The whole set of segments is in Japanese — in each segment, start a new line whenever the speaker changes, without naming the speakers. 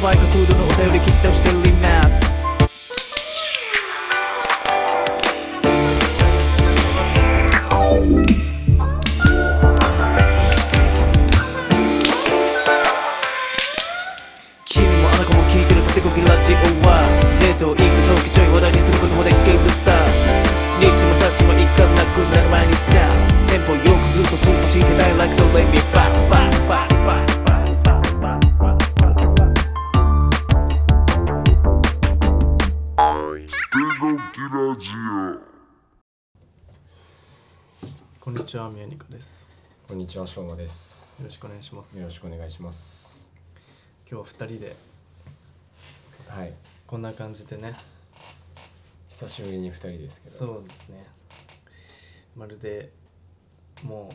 怖い角度のお便りきっとしております君もあの子も聞いてるステコキラジオはデート行く時ちょい話題にすることもできるさニッチもサッチもいかなくなる前にさテンポよくずっとスープしてたい Like the way me fuck fuck fuck fuck fuck fuck fuck fuck fuck fuck
こんにちは、宮にかです。
こんにちは、しょうまです。
よろしくお願いします。
よ
今
ろしくお願いします。
日は二人で
はい、
こんな感じでね。
久しぶりに二人ですけど。
そうですね。まるでもう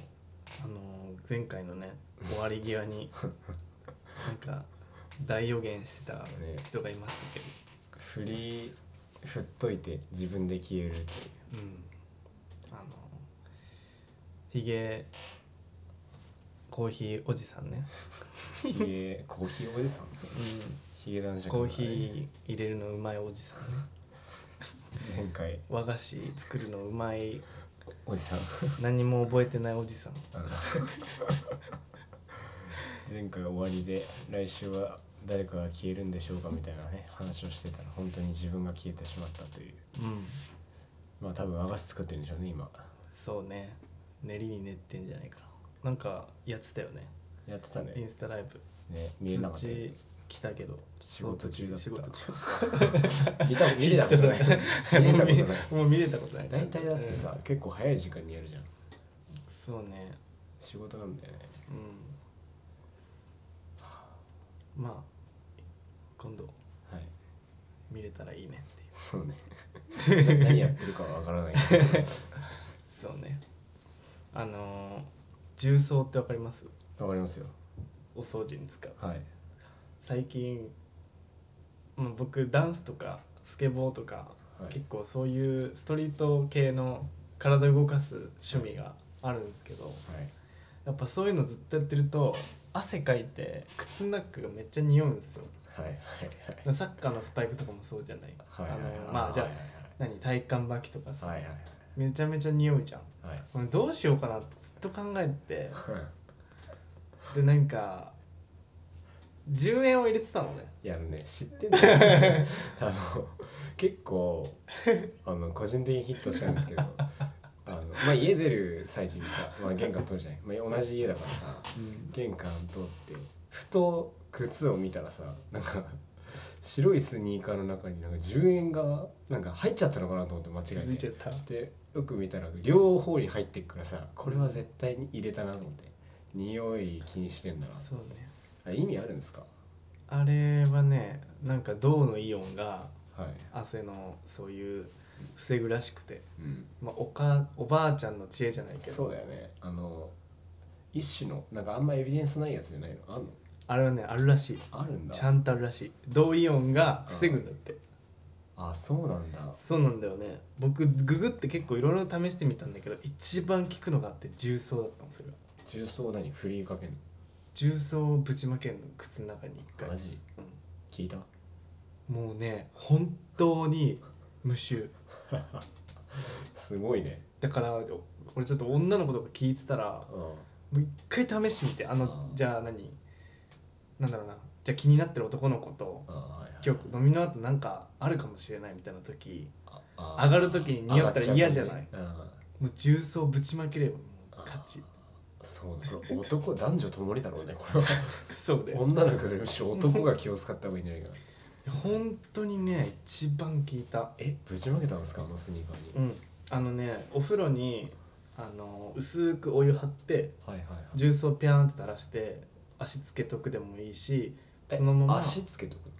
あのー前回のね終わり際 になんか大予言してた人がいましたけ
振り、振っといて、自分で消えるっていう。
ど、うん、あのひげコーヒーおじさんね、
ひげ、コーヒーおじさん。
う
ひげ男爵
ん、
の
コーヒー入れるのうまいおじさんね
前回、
和菓子作るのうまい
おじさん。
何も覚えてないおじさん
あの前回終わりで、来週は誰かが消えるんでしょうかみたいなね、話をしてたら、本当に自分が消えてしまったという。
うん
まあ、多分和菓子作ってるんでしょうね、今。
そうね練りに練ってんじゃないかななんかやってたよね
やってた
イン
ね。
スタライブ
ね、見えなかったけど。
通知来たけど
仕事中だった
仕事中
見た見れたことない 見れたことない
もう見れたことない
大体だってさ、結構早い時間にやるじゃん
うんそうね
仕事なんだよね
うんまあ今度
はい
見れたらいいねっていう
そ うね何やってるかはわからないけど
そうねあのー重曹ってわかります
わかりますよ
お掃除に使う
はい
最近、まあ、僕ダンスとかスケボーとか、
はい
結構そういうストリート系の体動かす趣味があるんですけど
はい
やっぱそういうのずっとやってると汗かいて靴の中がめっちゃ匂うんですよ
はいはい
サッカーのスパイクとかもそうじゃない、
はいはいはい
あ
は
の
い
まあじゃあ、
はい
何体幹履きとかさ、
はいはい
めちゃめちゃ匂うじゃん
はい
これどうしようかなってずっと考えて
はい
でなんか10円を入れてたのね
いやあのね知ってんだ よあの結構あの個人的にヒットしたんですけどあの、まあ、家出る最中にさ、まあ、玄関通るじゃない、まあ、同じ家だからさ、玄関通ってふと靴を見たらさなんか白いスニーカーの中になんか10円がなんか入っちゃったのかなと思って
気
間違
づ
え
いちゃ
て
った
でよく見たら両方に入ってっからさこれは絶対に入れたなと思って匂い気にしてんだな
そうね
あ意味あるんですか
あれはねなんか銅のイオンが
はい、
汗のそういう防ぐらしくて、
うん
まあ、おかおばあちゃんの知恵じゃないけ
そ
ど
うだよねあの一種のなんかあんまエビデンスないやつじゃないのあんの
あれはねあるらしい
あるんだ
ちゃんとあるらしい銅イオンが防ぐんだって
あそうなんだ
そうなんだよね僕ググって結構いろいろ試してみたんだけど一番効くのがあって重曹だったのそれは
重曹何振りかけんの
重曹をぶちまけんの靴の中に一回
マジ聞いた
うん、もうね本当に無臭
すごいね
だからお俺ちょっと女の子とか聞いてたら
うん
もう一回試してみてあの
あー
じゃあ何なんだろうなじゃあ気になってる男の子と
あはいはい
今日飲みの後なんかあるかもしれないみたいな時
ああ
上がる時に匂ったら嫌じゃない
上がっちゃう感じ
もう重曹ぶちまければもう勝ち
うんそうだこれ男男女ともにだろうねこ れは
そうで
女の子よりむしろ男が気を使った方がいいんじゃないかな
本当にね一番効いた
えぶちまけたんですかあのスニーカーに、
うんあのねお風呂にあの薄くお湯張って
はいはいはい
重曹ピャーンって垂らして足つけとくでもいいし
え
そのまま
足つけとくの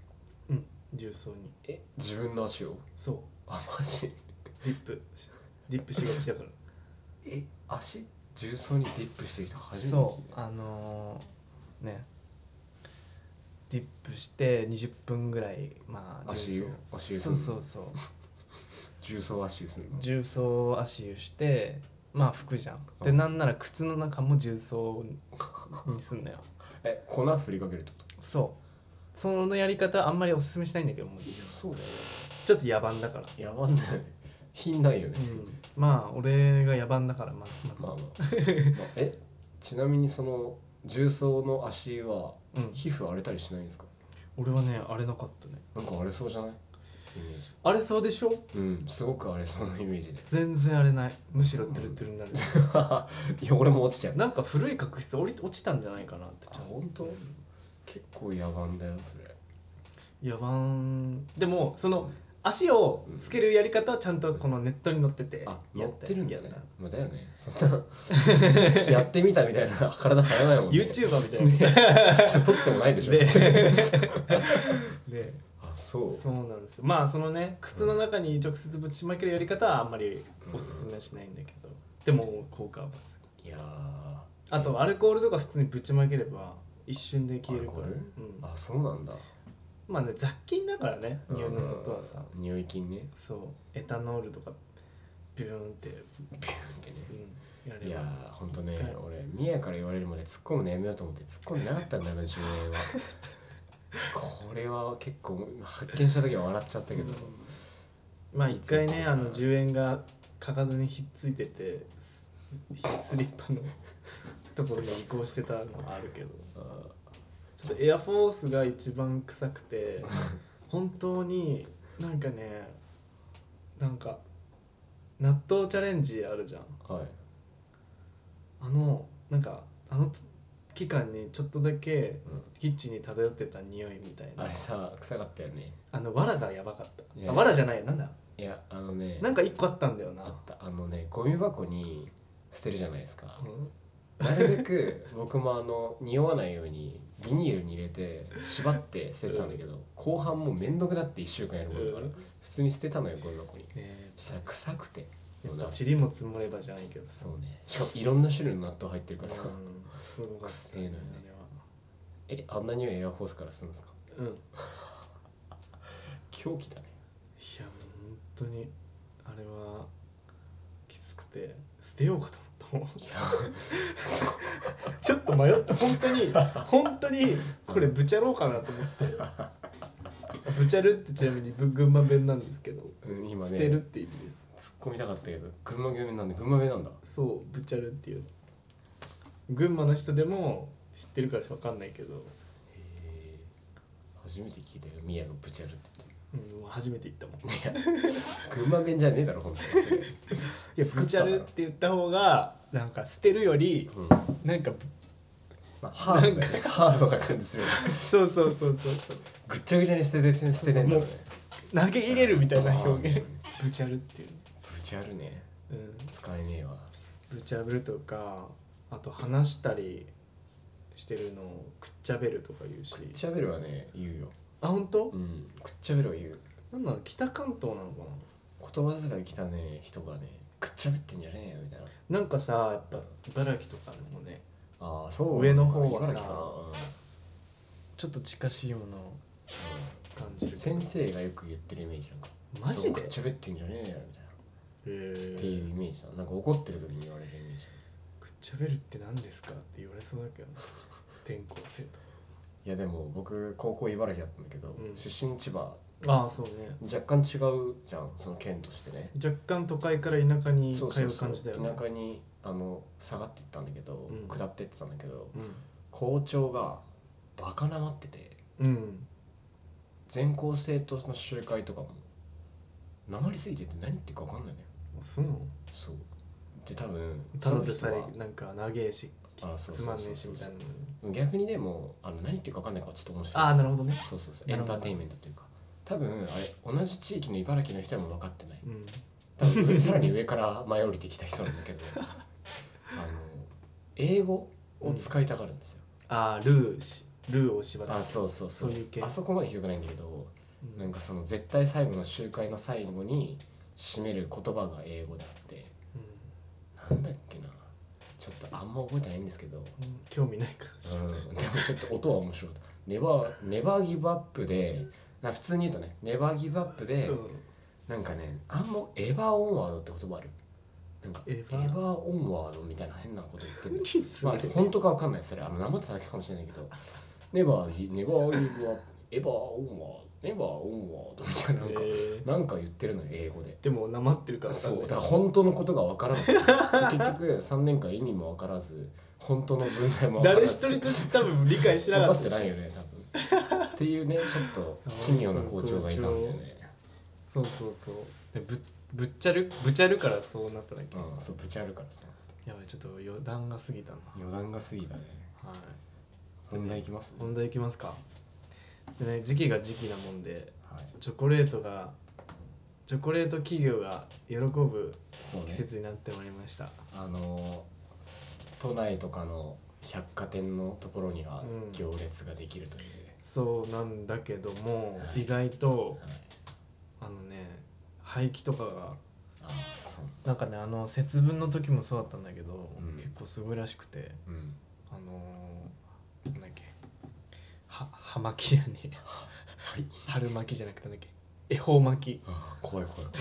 うん重曹に
え自分の足を
そう
あマジ
ディップディップしがちだから
え足重曹にディップしてる人初めて聞
そ
いう
あのーねディップして20分ぐらいまあ
足湯足湯
そうそう そう
た重曹足湯するの
重曹足湯してまあ服じゃんで
うん
なんなら靴の中も重曹にすんだよ
え粉振りかけるってこと
そうそのやり方あんまりおすすめしないんだけどもうち
そうだよ
ょっと野蛮だから、
やばんだよね品ないよね、
まあ俺が野蛮だからまずまず、
まあまあまあえちなみにその重曹の足は
うん
皮膚荒れたりしないんですか、
俺はね荒れなかったね
なんか荒れそうじゃないイメージ
荒れそうでしょ
うんすごく荒れそうなイメー ジで
全然荒れないむしろトゥルトゥルになる
汚れも落ちちゃう
なんか古い角質降り落ちたんじゃないかなって
あ本当結構野蛮だよそれ
野蛮でもその足をつけるやり方はちゃんとこのネットに載ってて
あ
や
や
っ
っててるんだ
や
ね
った
まあだよねそんな やってみたみたいな体張らないもんね
YouTuber みたいな
ちょっと撮ってもないでしょ
で で
あそう
そうなんですよまあそのね靴の中に直接ぶちまけるやり方はあんまりおすすめしないんだけどでも効果は抜群
いやー
あとアルコールとか普通にぶちまければ一瞬で消えるから
アルコ
う
ール
ん、
あそうなんだ
まあね雑菌だからね匂いのことはさ
うん匂い菌ね
そうエタノールとかビューンって、
ビューンってね
うん、や
い
れ
や
ば
ーほんとね
はい
俺ミヤから言われるまで突っ込むのやめようと思って突っ込んでなかったんだよな自 分はこれは結構発見した時は笑っちゃったけど、
まあ一回ねあの10円がかかとにひっついててスリッパのところに移行してたのはあるけどちょっとエアフォースが一番臭く て本当になんかねなんか納豆チャレンジあるじゃん
はい
あのなんかあの期間にちょっとだけ
うん
キッチンに漂ってた匂いみたいな
あれさ臭かったよね
あの藁がやばかった
いや
あ藁じゃないよなんだ
いやあのね
なんか一個あったんだよな
あったあのねゴミ箱に捨てるじゃないですか
うん
なるべく僕もあの匂わないようにビニールに入れて縛って捨ててたんだけど、後半もうめんどくなって1週間やるものだから、
うん
普通に捨てたのよゴミ箱に
ね
そしたら臭くてもうな
え塵も積もればじゃないけどさ
そうねしかもいろんな種類の納豆入ってるからさ、
うんすごか
く
った
せえのよねえあんな匂いエアフォースからするんですか
あれはうんいや
狂気だね
本当にあれはきつくて捨てようかと思ったもん
いや
ちょっと迷った本当に本当にこれぶちゃろうかなと思ってぶちゃるってちなみに群馬弁なんですけど
うん今
捨
ね
てるっ
突って
意味です
込みたかったけど群馬弁なんで群馬弁なんだ
そうぶちゃるっていう群馬の人でも知ってるからわかんないけど、
へえ初めて聞いたよ宮がぶちゃるって
うん、初めて言ったもん
言っていや群馬弁じゃねえだろ本当にそれ
い やぶちゃるって言った方がなんか捨てるより
うん
なんか
まあ、ハードだよねハードな感じするよね
そうそうそうそうそう
ぐっちゃぐちゃに捨てて捨ててんだろうね
投げ入れるみたいな表現ぶちゃるっていう、
ぶちゃるね
うん、
使えねえわ
ぶちゃぶるとかあと話したりしてるのをくっちゃべるとか言うし
くっちゃべるはね言うよ
あ本当
う？んくっちゃべるは言う
なんなの北関東なのか
言葉遣い来たね人がねくっちゃべってんじゃねえよみたいな
ななんかさやっぱ茨城とかでもね
ああそう
上の方はさ
茨城かな
ちょっと近しいものを感
う
じ
ん
るけど
先生がよく言ってるイメージなんか
マジ
そう
で
くっちゃべってんじゃねえよみたいな
へー
っていうイメージだなんか怒ってる時に言われるイメージ
くっちゃべるって何ですかって言われそうだけどな転校生と
いやでも僕高校茨城だったんだけど、
うん
出身千葉
ああそうね
若干違うじゃんその県としてね
若干都会から田舎に通
そうそう
う
そう
感じだよね
田舎にあの下がっていったんだけど、
うん
下っていってたんだけど
うん
校長がバカなまってて
うん
全校生徒の集会とかもなまりすぎてて何言ってるか分かんないのよ
あそうなの
そうで多分
ただで
そ
さ
の人は
えなんか長えし
あそう
つ
そうそうそう
まんねえしみたいな
逆にでもあの何言ってるか分かんないからちょっと面白い
ああーなるほどね
そうそうそう
な
エ
る
ン
ほど
ターテインメントというか多分あれ同じ地域の茨城の人はもう分かってない
うん
多分上さらに上から舞い降りてきた人なんだけどあの英語を使いたがるんですよ、
あールーしルーを縛って
あそうそうそう
そういう系
あそこまでひどくないんだけど、
うん
なんかその絶対最後の集会の最後に締める言葉が英語であって
うん
なんだっけなちょっとあんま覚えてないんですけど、う
うん興味ないか
ん、でもちょっと音は面白い「ネバーネバーギブアップで」な普通に言うとね「ネバーギブアップで」
うん
なんかねあんまエヴァーオンワードって言葉あるなんか
エ
エ
ヴ
ヴ
ァ
ァーオンワードみたいな変なこと言ってる の
何それ
まあ本当かわかんないそれあの名前だけかもしれないけどネバーギネバーギブアップエヴァオンはエヴァオンはみたいななんか、
へー
なんか言ってるのよ英語で
でもなまってるから
そうだから本当のことが分からなくて結局3年間意味も分からず本当の文体も分から
誰
ず
一人として多分理解してなか
分か
っ
ったてないよね多分っていうねちょっと奇妙な校長がいたんだよね
そうそうそうでぶぶっちゃるぶちゃるからそうなっただけ
うんそうぶちあるからさ
やばいちょっと余談が過ぎたな
余談が過ぎたね
はい
問題いきます
本題いきますかでね時期が時期なもんで
はい
チョコレートがチョコレート企業が喜ぶ
そう
季
ね
節になってまいりました、
あのー都内とかの百貨店のところには
うん
行列ができるという、
そうなんだけども、
はい
意外と
はい
あのね廃棄とかが
あそう
なんかねあの節分の時もそうだったんだけど、
うん
結構すごいらしくて
うん
あのー、なんだっけは葉巻じゃねえや
はい
春巻きじゃなくてなんだっけ恵方巻き
あー怖い怖い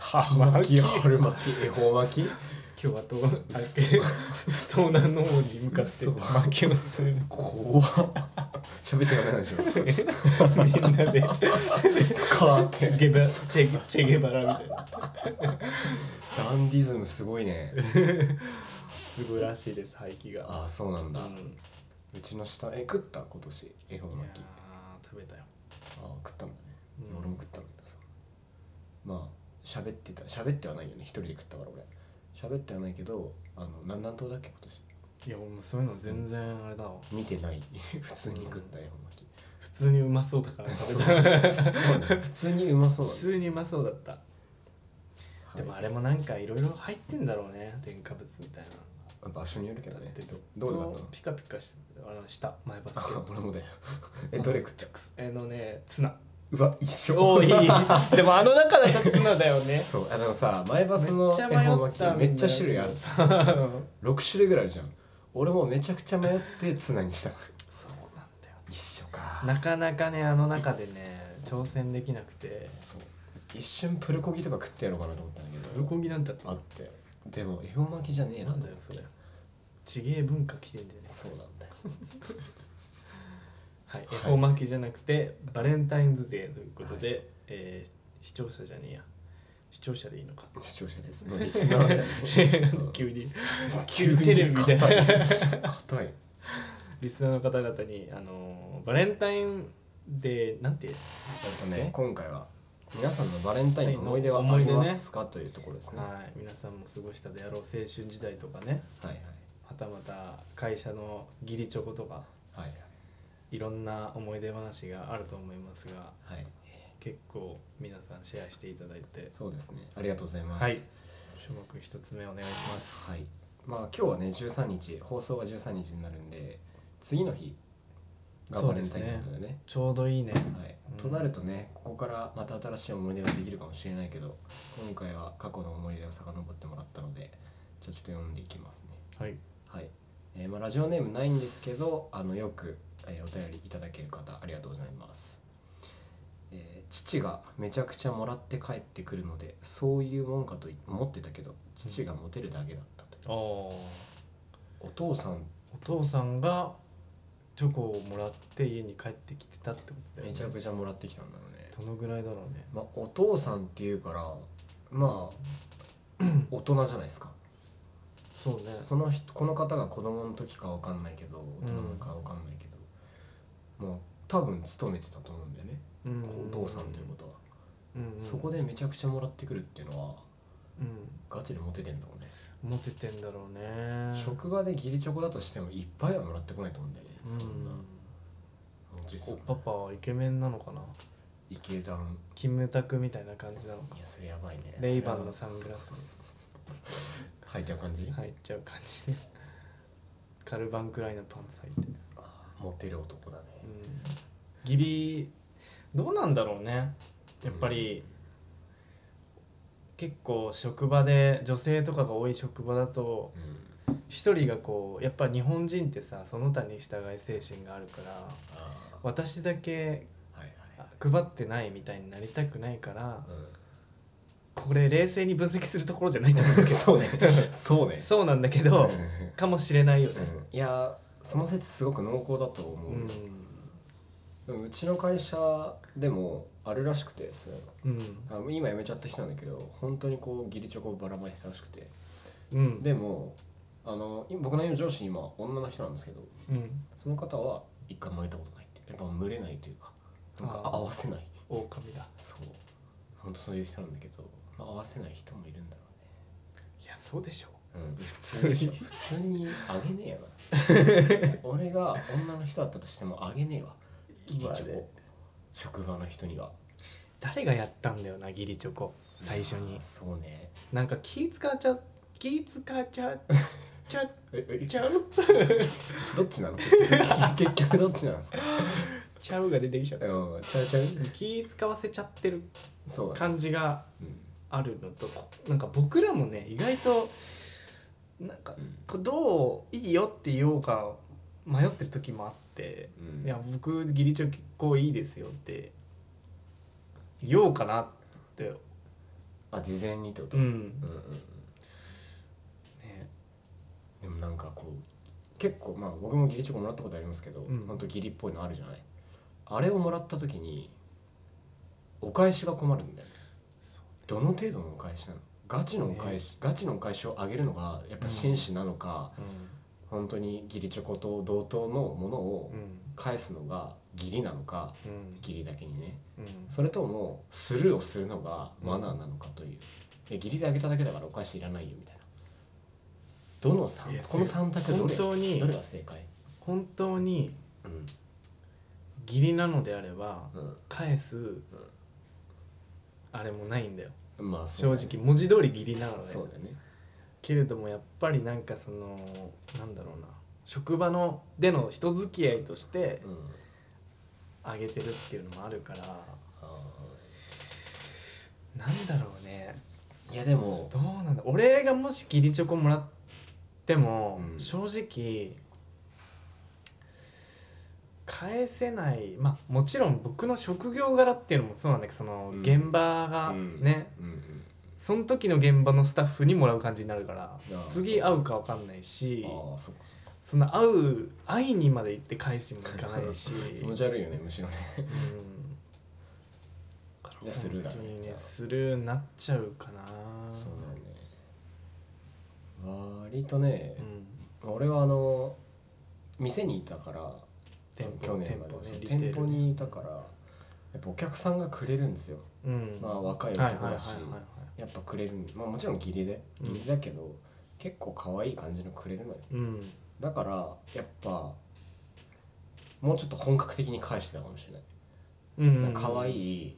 葉
怖い巻き春巻き恵方巻き
今日は東あれ東南の方に向かって
嘘
巻きをする
怖っ喋っちゃダメなんでしょ
みんなで
カーテン
ゲバチェゲチェゲバラみたいな
ダンディズムすごいね
すごいらしいです廃棄が
ああそうなん
う
だ、うんちの下え食った今年恵方
いや
巻きあ
ー食べたよ
あ食ったもんね、
うん
俺も食ったんだけどさまあ喋ってた喋ってはないよね一人で食ったから俺喋ってはないけどあの南南東だっけ今年
いやもうそういうの全然あれだわ
見てない 普通に食った恵方巻き
普通にうまそうだから食べた
そうね普通にうまそうだ
普通にうまそうだった
ね
でもあれもなんかいろいろ入ってんだろうね添加物みたいな
はい場所によるけどね
で
どうだった
ずっ
の
とピカピカしてあの下前橋
あ俺もだ よえどれ食った
えのねツナ
うわ一緒
おいい でもあの中だとツナだよね
そうあのさ前バスの
めっちゃ迷った
恵方巻きめっちゃ種類ある
そうなんだよ
6種類ぐらいあるじゃん俺もめちゃくちゃ迷ってツナにした一緒か
なかなかねあの中でね挑戦できなくて
そう一瞬プルコギとか食ってやろうかなと思ったんだけ
プル
ど
コギなんだって
あってでも恵方巻きじゃねえな
なんだよそれちげえ文化来てんだよね
そうなんだよ
はい、恵
はい
方巻きじゃなくてバレンタインズデーということで、えー視聴者じゃねえや視聴者でいいのか
視聴者ですのリスナーだよね
急に急テレビみたいな
硬硬い
リスナーの方々に、あのーバレンタインデーなんて
えっとね今回は皆さんのバレンタインの思い出は
思
あ
い
り
出ね
ますか、というところですねは
はい皆さんも過ごしたであろう青春時代とかね
いはい
はたまた会社の義理チョコとか
はい
いろんな思い出話があると思いますが
はいはい
結構皆さんシェアしていただいて
そうですねありがとうございます
はい種目一つ目お願いします
はい、まあ今日はね13日放送が13日になるんで次の日がバレンタインということでね
ちょうどいいね
はい
うん
となるとねここからまた新しい思い出ができるかもしれないけど今回は過去の思い出を遡ってもらったのでじゃあちょっと読んでいきますね
はい
はい、えーまあ、ラジオネームないんですけどあのよく、えーお便りいただける方ありがとうございます、えー父がめちゃくちゃもらって帰ってくるのでそういうもんかと思ってたけど父がモテるだけだったと
あーお
お父さん
父さんがチョコをもらって家に帰ってきてたってことだ
め
よね
ちゃくちゃもらってきたんだろうね、
どのぐらいだろうね
まあ、お父さんっていうからまあ 大人じゃないですか
そうね
その人この方が子供の時かわかんないけど大人のかわかんないけど、もう多分勤めてたと思うんだよね、
うん
お父さんということは、
うんうん
そこでめちゃくちゃもらってくるっていうのは
うん
ガチでモテてんだろうね、
モテてんだろうね
職場で義理チョコだとしてもいっぱいはもらってこないと思うんだよね、
うん
そんな実際
パパはイケメンなのかな
池田ん
キムタクみたいな感じなのか
いやそれやばいね
レイバンのサ
さ
ングラス
履いちゃう感じ、
入っちゃう感じねカルバンくらいのパンツ履いて
モテる男だね、
うんギリどうなんだろうねやっぱり、結構職場で女性とかが多い職場だと
うん、
一人がこうやっぱ日本人ってさその他に従い精神があるから
あ
私だけ
あはい
あ配ってないみたいになりたくないから
はい、
これ冷静に分析するところじゃないと思う
う
け
ん、そうねそう
ど
ね
そうなんだけどかもしれないよね
うんいやーその説すごく濃厚だと思う、
うん
でもうちの会社でもあるらしくてそういう
うん
のあもう今辞めちゃった人なんだけど本当にこう義理チョコをばらまいてたらしくて
うん
でもあの今僕の上司今女の人なんですけど
うん
その方は一回も巻いたことないってやっぱ群れないというかなんか
あー
合わせない
狼だ
そう本当そういう人なんだけど、まあ、合わせない人もいるんだろ
いやそうでしょ
うね、うん、普通でしょ普通にあげねえよな俺が女の人だったとしてもあげねえわギリチョ
まあ
コ
ね
職場の人には
誰がやったんだよな義理チョコ最初に
そうね
なんか気使っちゃ気使っちゃちゃ
ええ
ちゃう
どっちなの結局結局どっちなんですか
ちゃうが出てきちゃっ
う
た
んちゃうちゃう
気使わせちゃってる
そうだね
感じが
うん
あるのとこなんか僕らもね意外となんかこうどういいよって言おうか迷ってる時もあって「
うん
いや僕義理チョコいいですよ」って言おうかなって
あ事前にってこと、
うん
うんうんうん
ね
でもなんかこう結構まあ僕も義理チョコもらったことありますけど、
うん
ほんと義理っぽいのあるじゃないあれをもらった時にお返しが困るんだよねどの程度のお返しなのガチのお返し、ガチのお返しをあげるのがやっぱ紳士なのか、本当に義理チョコと同等のものを
うんうん
返すのが義理なのか
うん
義理だけにね
うん
それともスルーをするのがマナーなのかという、え義理であげただけだからお返しいらないよみたいなどの
い
3
や
この3択どれ
本当に
どれが正解
本当に
うん
義理なのであれば
うん
返すあれもないんだよ
まあ
正直文字通り義理なので
そうだね
けれどもやっぱりなんかそのなんだろうな職場のでの人付き合いとして
うん
あげてるっていうのもあるから
あ
なんだろうね
ーいやでも
どうなんだ俺がもし義理チョコもらっても、
うん
正直返せないまあもちろん僕の職業柄っていうのもそうなんだけどその
うん
現場が
うん
ね、
うんうん
その時の現場のスタッフにもらう感じになるから
いやー
次会うか分かんないし
ああそっかそっか
そんな会う会いにまで行って返しもいかないし
気持ち悪いよねむしろね
うん
じゃあスルーだね
本当に
じゃ
ね
あ
スルーになっちゃうかな
そうだね割とね
う、ん
俺はあの店にいたから
店舗
去年まで
店舗
そう
ね
店舗にい
リテール
たからやっぱお客さんがくれるんですよ
うん
まあ若い
はいはいはい
男
は
だ
い
し
はい
やっぱくれるまあもちろん義理で
うん
義理だけど、結構可愛い感じのくれるのよ
うん
だからやっぱもうちょっと本格的に返してたかもしれない、
うん
可愛い、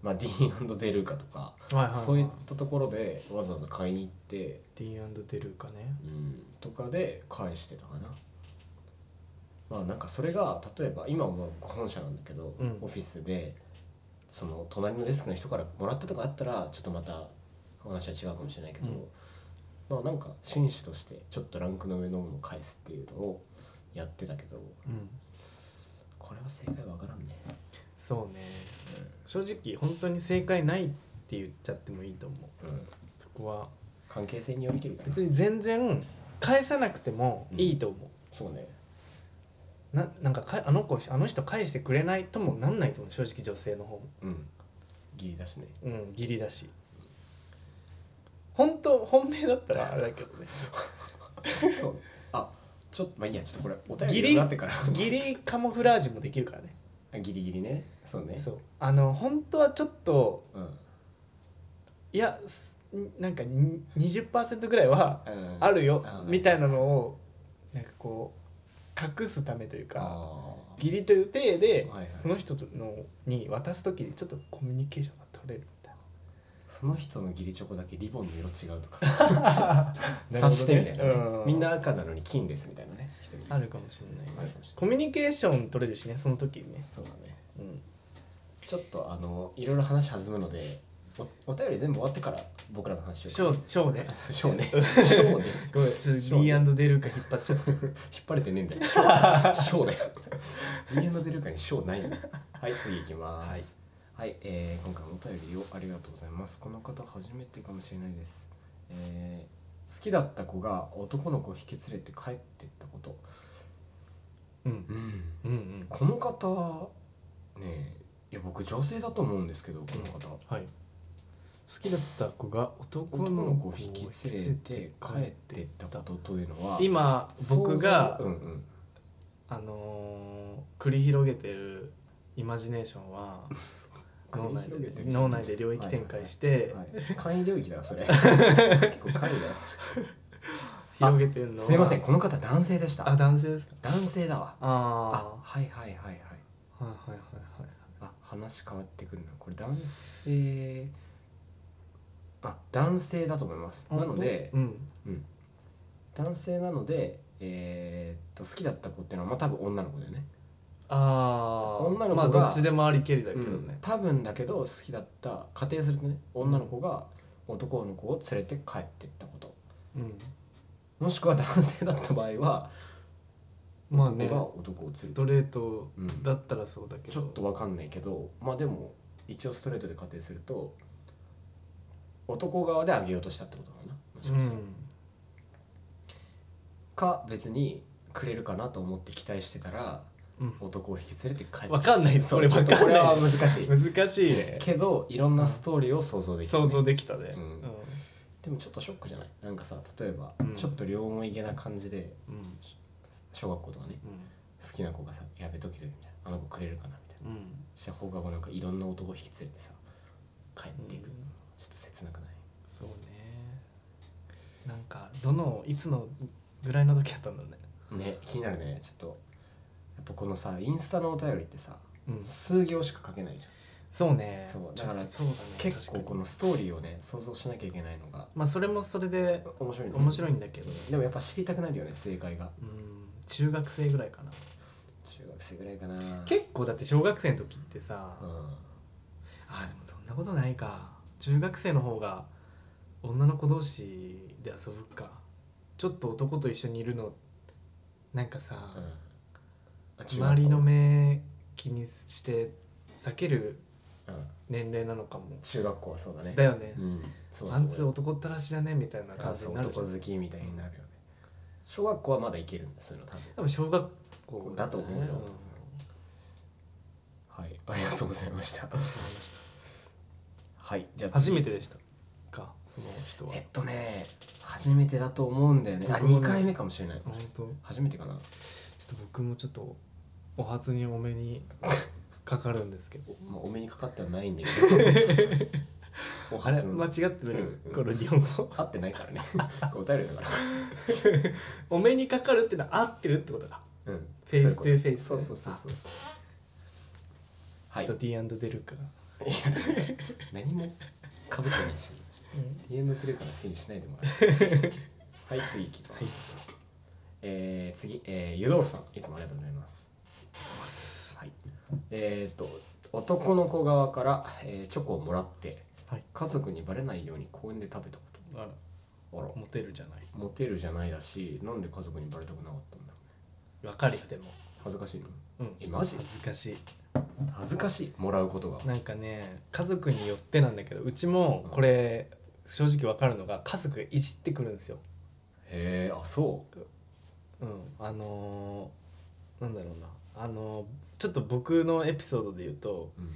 まあ、ディーンデルーカとか、
はいはいはい
そういったところでわざわざ買いに行って、
ディーンデルーカね
うん、とかで返してたかなまあなんかそれが例えば今はもう本社なんだけど、
うん
オフィスでその隣のデスクの人からもらったとかあったらちょっとまたお話は違うかもしれないけど、
うん
まあなんか紳士としてちょっとランクの上のものを返すっていうのをやってたけど
うん
これは正解わからんね
そうね正直本当に正解ないって言っちゃってもいいと思う
うん、
そこは
関係性によりきるかな
別に全然返さなくてもいいと思う
そうね
ななんかかあの子あの人返してくれないともなんないと思う正直女性の方も
うん義理 だしね
うん義理だし本当本命だったらあれだけどね
そうねあちょっとまあいいやちょっとこれ お便
ギ
り
リ
になってから
義理カモフラージュもできるからね
あギリギリねそうね
そうあの本当はちょっと
うん
いやすなんかに20%ぐらいは
うん
あるよ
うん
みたいなのをなんかこう隠すためというか
あ
義理という体で
はいはい
その人のに渡す時にちょっとコミュニケーションが取れるみたいな。
その人の義理チョコだけリボンの色違う とか
なるほどね
察してみたいなね
うん
みんな赤なのに金ですみたいなね一人
あるかもしれない
あるかもしれない
コミュニケーション取れるしねその時にね、
そうだね
うん、
ちょっとあのいろいろ話弾むのでおお便り全部終わってから僕らの話を
ショーショー ね
しょうねしょうね
ごめんちょっと D& デルーカ引っ張っちゃった
引っ張れてねえんだ よしょうだよ家の出るかにしょうないん だはい次行きますはい、えー今回もお便りをありがとうございますこの方初めてかもしれないです、えー好きだった子が男の子を引き連れて帰ってったこと
うん
うん
うんうん
この方ねえいや僕女性だと思うんですけどこの方
はい好きだった子が男
男
の
の子
子を
を
引
引
き
き
連
連
れ
れ
て
て
帰
帰
っ
ってて
い
い
っ
ったた
こ
こととというのは
今僕が
想像うんうん
あのー繰り広げてるイマジネーションは脳内
繰り広げて
で
る
脳内で領域展開して、
はい、簡易領域だなそれ結構簡易だなそ
広げてるの
れ
は
すいませんこの方男性でした
あ男性ですか
男性だわあ
あ
はいはいはいはい
あはいはいはいはい
あ話変わってくるなこれ男性あ男性だと思いますなので
うん
男性なのでえーっと好きだった子っていうのはまあ多分女の子だよね
ああ
女の子
ま
が
あどっちでもありけりだけど
うん
ね、
多分だけど好きだった仮定するとね女の子が男の子を連れて帰ってったこと
うん
もしくは男性だった場合は
まあ
男
ね
が男を連れて
ストレート
うん
だったらそうだけど
ちょっとわかんないけどまあでも一応ストレートで仮定すると男側であげようとしたってことかなもし
う
かしたら
ん
か別にくれるかなと思って期待してたら
うん
男を引き連れて帰って
わかんない
そ
そうれ
ちょっと
わかんない
これは難しい
難しいね
けどいろんなストーリーを想像できる、
想像できたね
うんでもちょっとショックじゃないなんかさ例えば、
うん
ちょっと両思いげな感じで
うん
小学校とかね
うん
好きな子がさ「やべときどい」みたいな「あの子くれるかな」みたい
う
な
ん
そしたら放課後なんかいろんな男を引き連れてさ帰っていく、ちょっと切なくない
そうねなんかどのいつのぐらいの時やったんだろうね
ね気になるねちょっとやっぱこのさインスタのお便りってさ、
うん
数行しか書けないじゃ
そうね
んそう
ち
だ
ょっ
か
と
ら
そうだね
結構
確か
こ
に
のストーリーをね想像しなきゃいけないのが
まあそれもそれで
面白い
面白
い
いんだけど
でもやっぱ知りたくなるよね正解が
うん中学生ぐらいかな
中学生ぐらいかな
結構だって小学生の時ってさ
構うん
あでもそんなことないか中学生の方が女の子同士で遊ぶかちょっと男と一緒にいるのなんかさ、周りの、目気にして避ける
うん中学校うん、
年齢なのかも
中学校はそうだね
だよね
うんそう
あんつ男ったらしじゃねみたいな
感
感
じ
じになるじゃ
男
ん
好きみたいになるよね小学校はまだいけるんだそういうの多分
多分小学校
だと思うよ
んわか
はいありがとうございました
りました
はいじゃあ
初
次
めてでしたかその人は
えっとね初めてだと思うんだよねあ
僕も
二
ね
回目かもしれない
あ本当ちょ
初めてかな
っと僕もちょっとお初にお目 にかかるんですけど
お,、まあ、お目にかかってはないんだけ どお
あれ
初の
間違ってない、
うんうん
この日本語
合ってないから ねこれお便りだから
お目にかかるってのは合ってるってことだ、
うん
フェイストゥーフェイス
そういうことそうそうそうそうは
ちょっと D& 出るから
何もかぶってないし、DM テレから好きにしない でもらえはい次いきます、えー次、えー、湯豆腐さんいつもありがとうございますはいえっ、と男の子側から、えーチョコをもらって
はい
家族にバレないように公園で食べたこ
あら
とあら
モテるじゃない
モテるじゃないだしなんで家族にバレたくなかったんだろうね
わかるよでも
恥ずかしいの
うん
えマジ
恥ずかしい
恥ずかしいもらうことが
なんかね家族によってなんだけどうちもこれ正直わかるのが家族がいじってくるんですよ
へえあそ
うんあのー、なんだろうなあのー、ちょっと僕のエピソードで言うと
ううん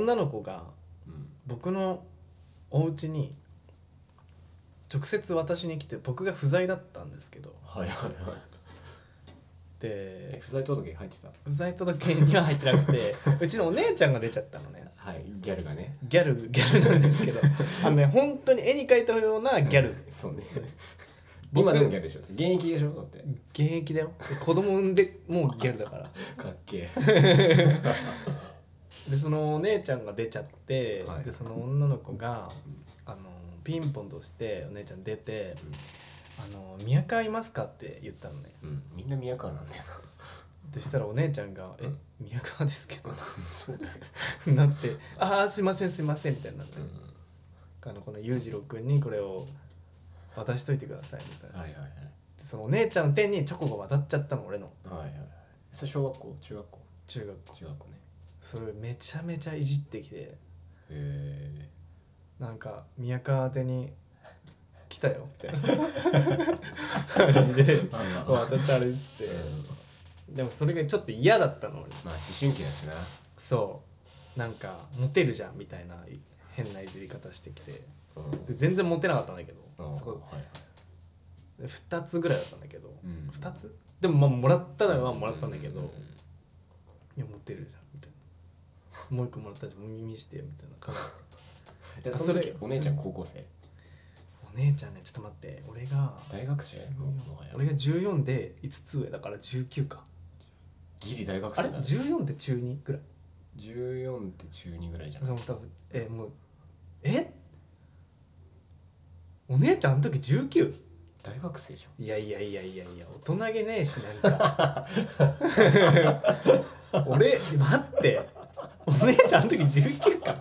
女の子が
うん
僕のお家に直接私に来て僕が不在だったんですけど
はいはいはいえ
で
不在届入ってた
不在届には入ってなくてうちのお姉ちゃんが出ちゃったのね
はいギャルがね
ギャルギャルなんですけどあのね本当に絵に描いたようなギャル
そう ね
僕
今でもギャルでしょ現役でしょだって
現役だよ子供産んでもうギャルだから
かっけ
でそのお姉ちゃんが出ちゃって、
はい
でその女の子があのピンポンとしてお姉ちゃん出て「あの宮川いますか?」って言ったのね
え、うん、みんな宮川なんだよ
そしたらお姉ちゃんが「え
うん
宮川ですけど
なそうだよ、」
なって「ああすいませんすいません」みたいになって、
う
あのこの裕次郎君にこれを渡しといてくださいみたいな、
ん、はいはいはい
でそのお姉ちゃんの手にチョコが渡っちゃったの俺の
はいはいはいそれ小学校中学校
中学校
中学校ね
それめちゃめちゃいじってきて
へ
なんか宮川宛てに来たよみたい な感じで
えまあまあ、
渡されてて
うん
でもそれがちょっと嫌だったの俺
まあ思春期だしな
そうなんかモテるじゃんみたいな変ないじり方してきて
うん
で全然モテなかったんだけど
あ
すごい
はいはい
2つぐらいだったんだけど、
うん
2つでもまあもらったらはもらったんだけど、
う
いやモテるじゃんみたいなもう一個もらったじゃん耳してよみたいな感じ
で
あ
その
そ
時
れ
お姉ちゃん高校生
お姉ちゃんねちょっと待って俺が
大学生もうもはや
俺が14で5つ上だから19か
ギリ大学
あ
生
れ
だね
14で中2ぐらい
14って中2ぐらいじゃ
で
ん
も多分えもうえお姉ちゃんあの時 19?
大学生じゃん
いやいやいやいやいや大人げねえしなんか 俺待ってお姉ちゃんあの時19か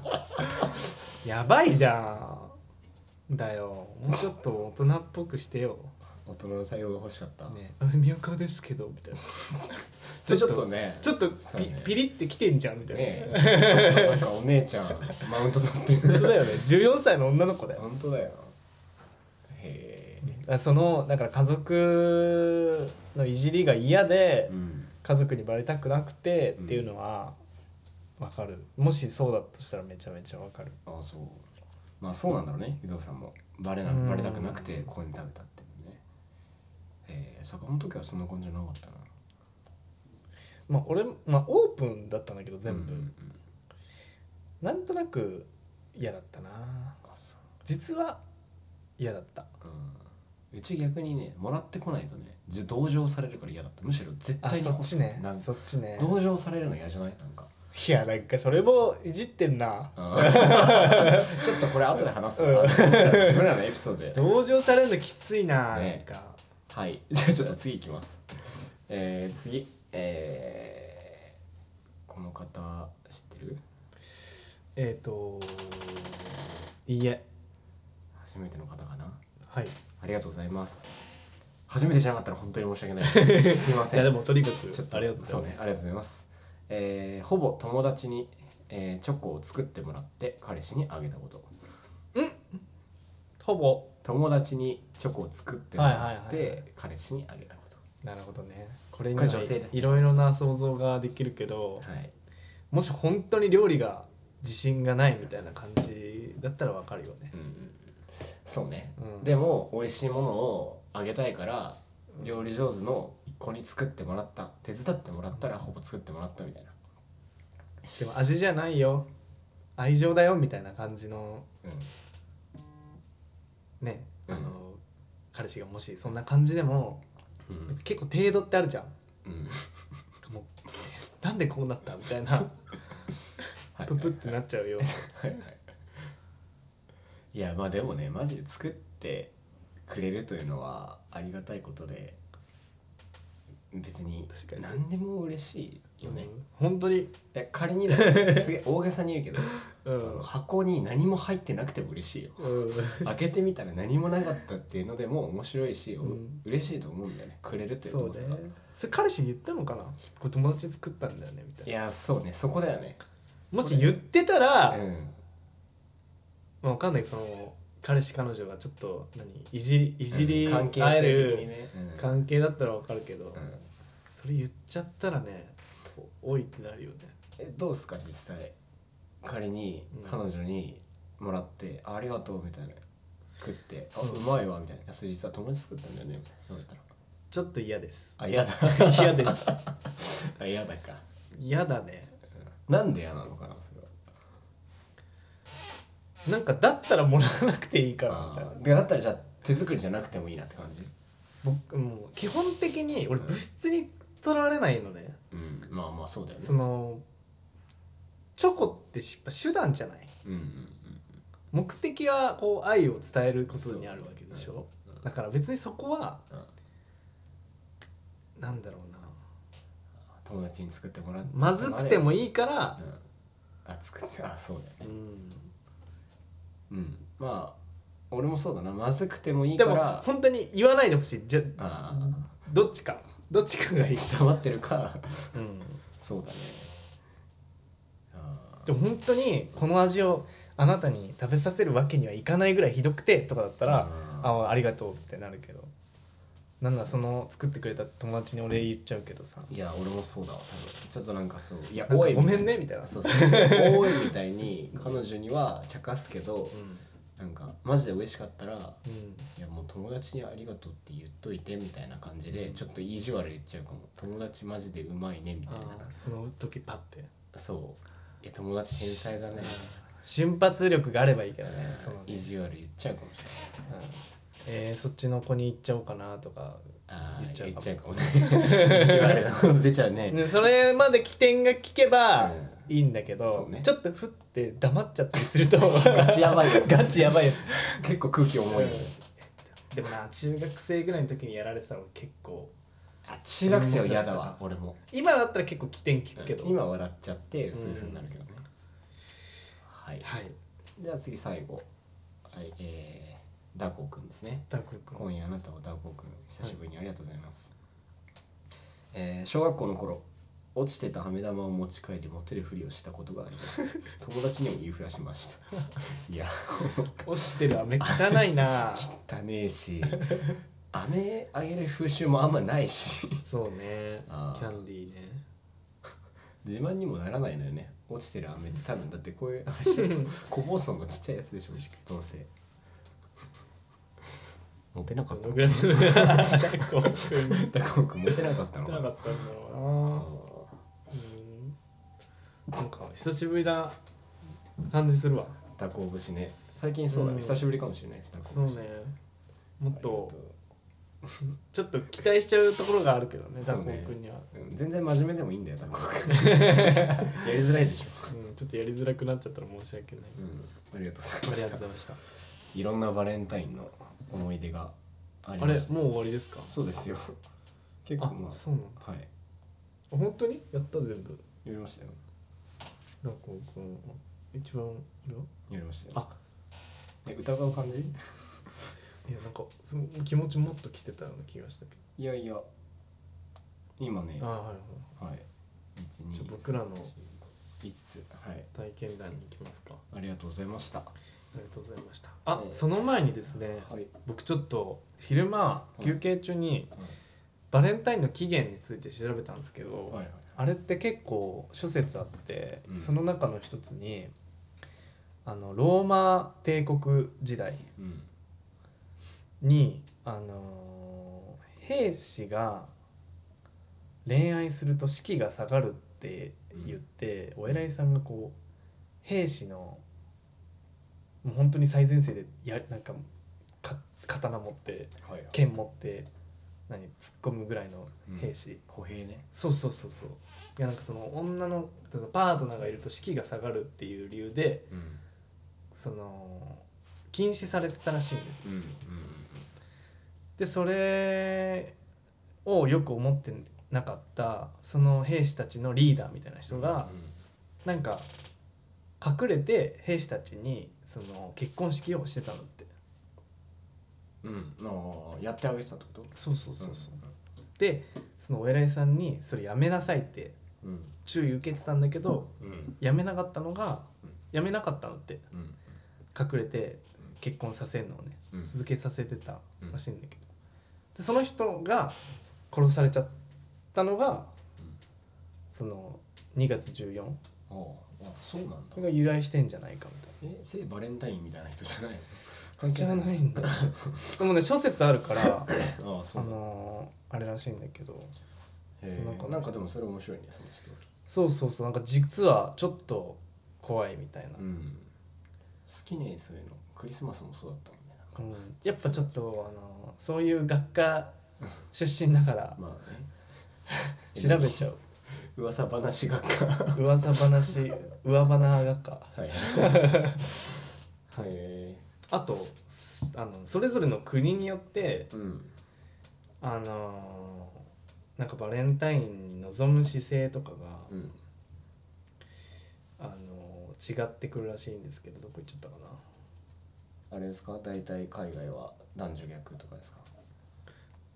やばいじゃんだよもうちょっと大人っぽくしてよ
大人の対応が欲しかった、
ねあ宮川ですけどみたいな
ちょちょっとね
ちょっと
そう
ピ,、
ね
ピリってきてんじゃんみたいな、
ねえ ちょっとなんかお姉ちゃんマウント取って
本
る
当だよね14歳の女の子だよ
本当だよへえ
あそのだから家族のいじりが嫌で、
うん
家族にバレたくなくてっていうのはわかるもしそうだとしたらめちゃめちゃわかる
ああそうまあそうなんだろうね有働さんもバレな
うん
バレたくなくてここに食べたっていうねええ坂本の時はそんな感じじゃなかったな
まあ俺、まあ、オープンだったんだけど全部、
うんうん
なんとなく嫌だったな
あそう
実は嫌だった
うんうち逆にねもらってこないとねじ同情されるから嫌だったむしろ絶
あ
対に
そ
欲
っ
し
ち
い
ね
なんか
そっちね
同情されるの嫌じゃない なんか
いやなんかそれもいじってんな
ちょっとこれ後で話す
うん
わ自分らのエピソードで
同情されるのきついな、
ね
なんか
はい じゃあちょっと次いきますえー、次えー、この方知ってる
えっ、といいえ
初めての方かな
はい
ありがとうございます初めてじゃなかったら本当に申 し訳ないですすみま
い
せん
やでもとにかく
ちょっ
ありがとうございます、
そうねありがとうございますえー、ほぼ友達に、えーチョコを作ってもらって彼氏にあげたこと
ほぼ
友達にチョコを作ってもら
は
っ
いはいはいは
て彼氏にあげたこと
なるほどねこれに
こ
は
れ女性ですね
いろいろな想像ができるけど、
はい
もし本当に料理が自信がないみたいな感じだったらわかるよね
うんうんうんそうね、
うん
でも美味しいものをあげたいから料理上手の子に作ってもらった手伝ってもらったらほぼ作ってもらったみたいな、
でも味じゃないよ愛情だよみたいな感じの
う
ねあの、
うん
彼氏がもしそんな感じでも
んう
やっ
ん
ぱ結構程度ってあるじゃん
うん、
もうなんでこうなったみたいな
はい
ププってなっちゃうよ
はいはいいやまあでもねマジで作ってくれるというのはありがたいことで別に
確かに
何でも嬉しいよね、
うん本当に
え仮にだよすげえ大げさに言うけど、
う
あの
ん
箱に何も入ってなくても嬉しいよ
うん
開けてみたら何もなかったっていうのでも面白いし、う
うん
嬉しいと思うんだよねくれるという
そ
動
う
作
ね
が、
それ彼氏に言ったのかなこれ友達に作ったんだよねみたい
い
な
やそうねそこだよね
もし言ってたら、
うん
まあ、わかんないけどその彼氏彼女がちょっと何いじりいじり
うん関係
合え
性的に
る
ね、うん
関係だったらわかるけど、
うん
それ言っちゃったらねおいってなるよね
えどうすか実際仮に
うん
彼女にもらって「あありがとう」みたいな食って「あ
うん
うまいわ」みたいな「いやそれ実は友達作ったんだよね」みたいなどうだったら
ちょっと嫌です
あ 嫌だ
嫌です
あ嫌だか
嫌だね
なんで嫌なのかなそれは
なんかだったらもらわなくていいからみたいな
あーでだったらじゃあ手作りじゃなくてもいいなって感じ
僕もう基本的に俺物質にとらわれないのね、
うんまあまあそうだよね
そのチョコって失敗手段じゃない
うんうんうん
目的はこう愛を伝えることにあるわけでしょ、
そううん
だから別にそこは
うん
なんだろうな
友達に作ってもらって
まずくてもいいから
う、んあ作ってあそうだよね
うん
うんまあ俺もそうだなまずくてもいい
で
か
も
ら
本当に言わないでほしいじゃ
あー
どっちかどっちかがいい、
黙ってるか
うん、
そうだねあ
でも本当にこの味をあなたに食べさせるわけにはいかないぐらいひどくてとかだったら
うん
あありがとうってなるけどなんだその作ってくれた友達にお礼言っちゃうけどさ
いや俺もそうだわ多分ちょっとなんかそういや
なんか
い
ごめんねみたいな
そうそう多いみたいに彼女には茶化すけど、なんかマジで嬉しかったら
う
「いやもう友達にありがとう」って言っといてみたいな感じでちょっと意地悪言っちゃうかも「友達マジでうまいね」み
ん
たい
あー
な
その時パッて
そう「え友達天才だね」
瞬発力があればいいけどねそのね
意地悪言っちゃうかもしれない
えー、そっちの子に行っちゃおうかなとか、
あー
言っちゃう
言っ
かも
ちゃうかもね意地悪なこと出ちゃうね
ね、それまで起点が聞けばいいんだけ
そ
ど、
うね
ちょっとふって黙っちゃったりすると
ガチやばいやつ
ガチやばいやつ
結構空気重いよね
でもな中学生ぐらいの時にやられてたの結構
あ中学生は嫌だわ俺も
今だったら結構起点聞くけど、
今笑っちゃってそういうふうになるけどね、はい、
はい
じゃあ次最後はいえー、ダーコくんですね
タク君
今夜あなたをダーコくん久しぶりにありがとうございます、えー小学校の頃落ちてたハメ玉を持ち帰りモテるふりをしたことがあります 友達にも言いふらしましたいや
落ちてる飴汚 いな
汚ねえし飴あげる風習もあんまないし
そうねキ
あー
ャンディーね
自慢にもならないのよね落ちてる飴って多分だってこういうあれ でしょ小包装のちっちゃいやつでしょどうせモテなか
そ
った
のぐら いのタコ君行
だから僕モテなかったの
って
か
なか
な
ったんだろうなうんなんか久しぶりな感じするわ
ダコウ節ね最近そうだね、
うん
久しぶりかもしれないですダ
そ
コ
う
ウ
ね
節
もっと ちょっと期待しちゃうところがあるけどね
そ
ダ
う
コ
ね
君には、
うん全然真面目でもいいんだよダコウ君やりづらいでしょ、
うん、ちょっとやりづらくなっちゃったら申し訳ない
うん、ありがとう
あ
ご
り
ざ
がとうござ
いました
いました
いろんなバレンタインの思い出があり
あれ
ま
も
した
う終わりですか
そうですよ結構
あ
ま
そうなんだ
あはい
本当にやった全部
やりましたよ
ダコ君一番これは
やりましたよ
あ
え疑う感じ
いやなんかその気持ちもっと来てたような気がしたけ
いやいや今ね
どああはいはい
はい12
ちょ僕らの
5つはい
体験談に行きますかあ
ありがとうございましたは
りがとうございましたあ、
えー
その前にですね
い
僕ちょっと昼間
い
休憩中にバレンタインの期限について調べたんですけど、
はいはい
あれって結構諸説あって、
うん
その中の一つにあのローマ帝国時代
うん
に、あのー兵士が恋愛すると士気が下がるって言って、お偉いさんがこう兵士のもう本当に最前線でやなんかか刀持って
はいはい
剣持って何突っ込むぐらいの兵士、
歩兵ね
そうそうそうそういやなんかその女のそのパートナーがいると士気が下がるっていう理由で
うん
その禁止されてたらしいんです
うんうん
でそれをよく思ってなかったその兵士たちのリーダーみたいな人がなんか隠れて兵士たちにその結婚式をしてたのって
うんうんああやってあげてたってこと
そうそうでそのお偉いさんにそれやめなさいって
うん
注意受けてたんだけど
うん
やめなかったのが
うん
やめなかったのって
うん
隠れて結婚させるのをね、
うん
続けさせてたらしいんだけど、でその人が殺されちゃったのが、
うん
その2月14
あああそうなんだ
これが由来してんじゃないかみたい
え聖バレンタインみたいな人じゃない
な
の
じゃないんだ でもね諸説あるから
ああ そ
あ
うなんだ
のーあれらしいんだけど
へえ
そうなんか
なんかでもそれ面白いねその人
そうそうそうなんか実はちょっと怖いみたいな、
うん好きねそういうのクリスマスもそうだったもんねなんか
うんやっぱちょっと、あのーそういう学科出身だから
まあね
調べちゃう
噂話学科は
噂話上花学科
い はい
あとあのそれぞれの国によって
うん
あのーなんかバレンタインに臨む姿勢とかが、
うん
あのー違ってくるらしいんですけどどこ行っちゃったかな
あれですか大体海外は男女逆とかですか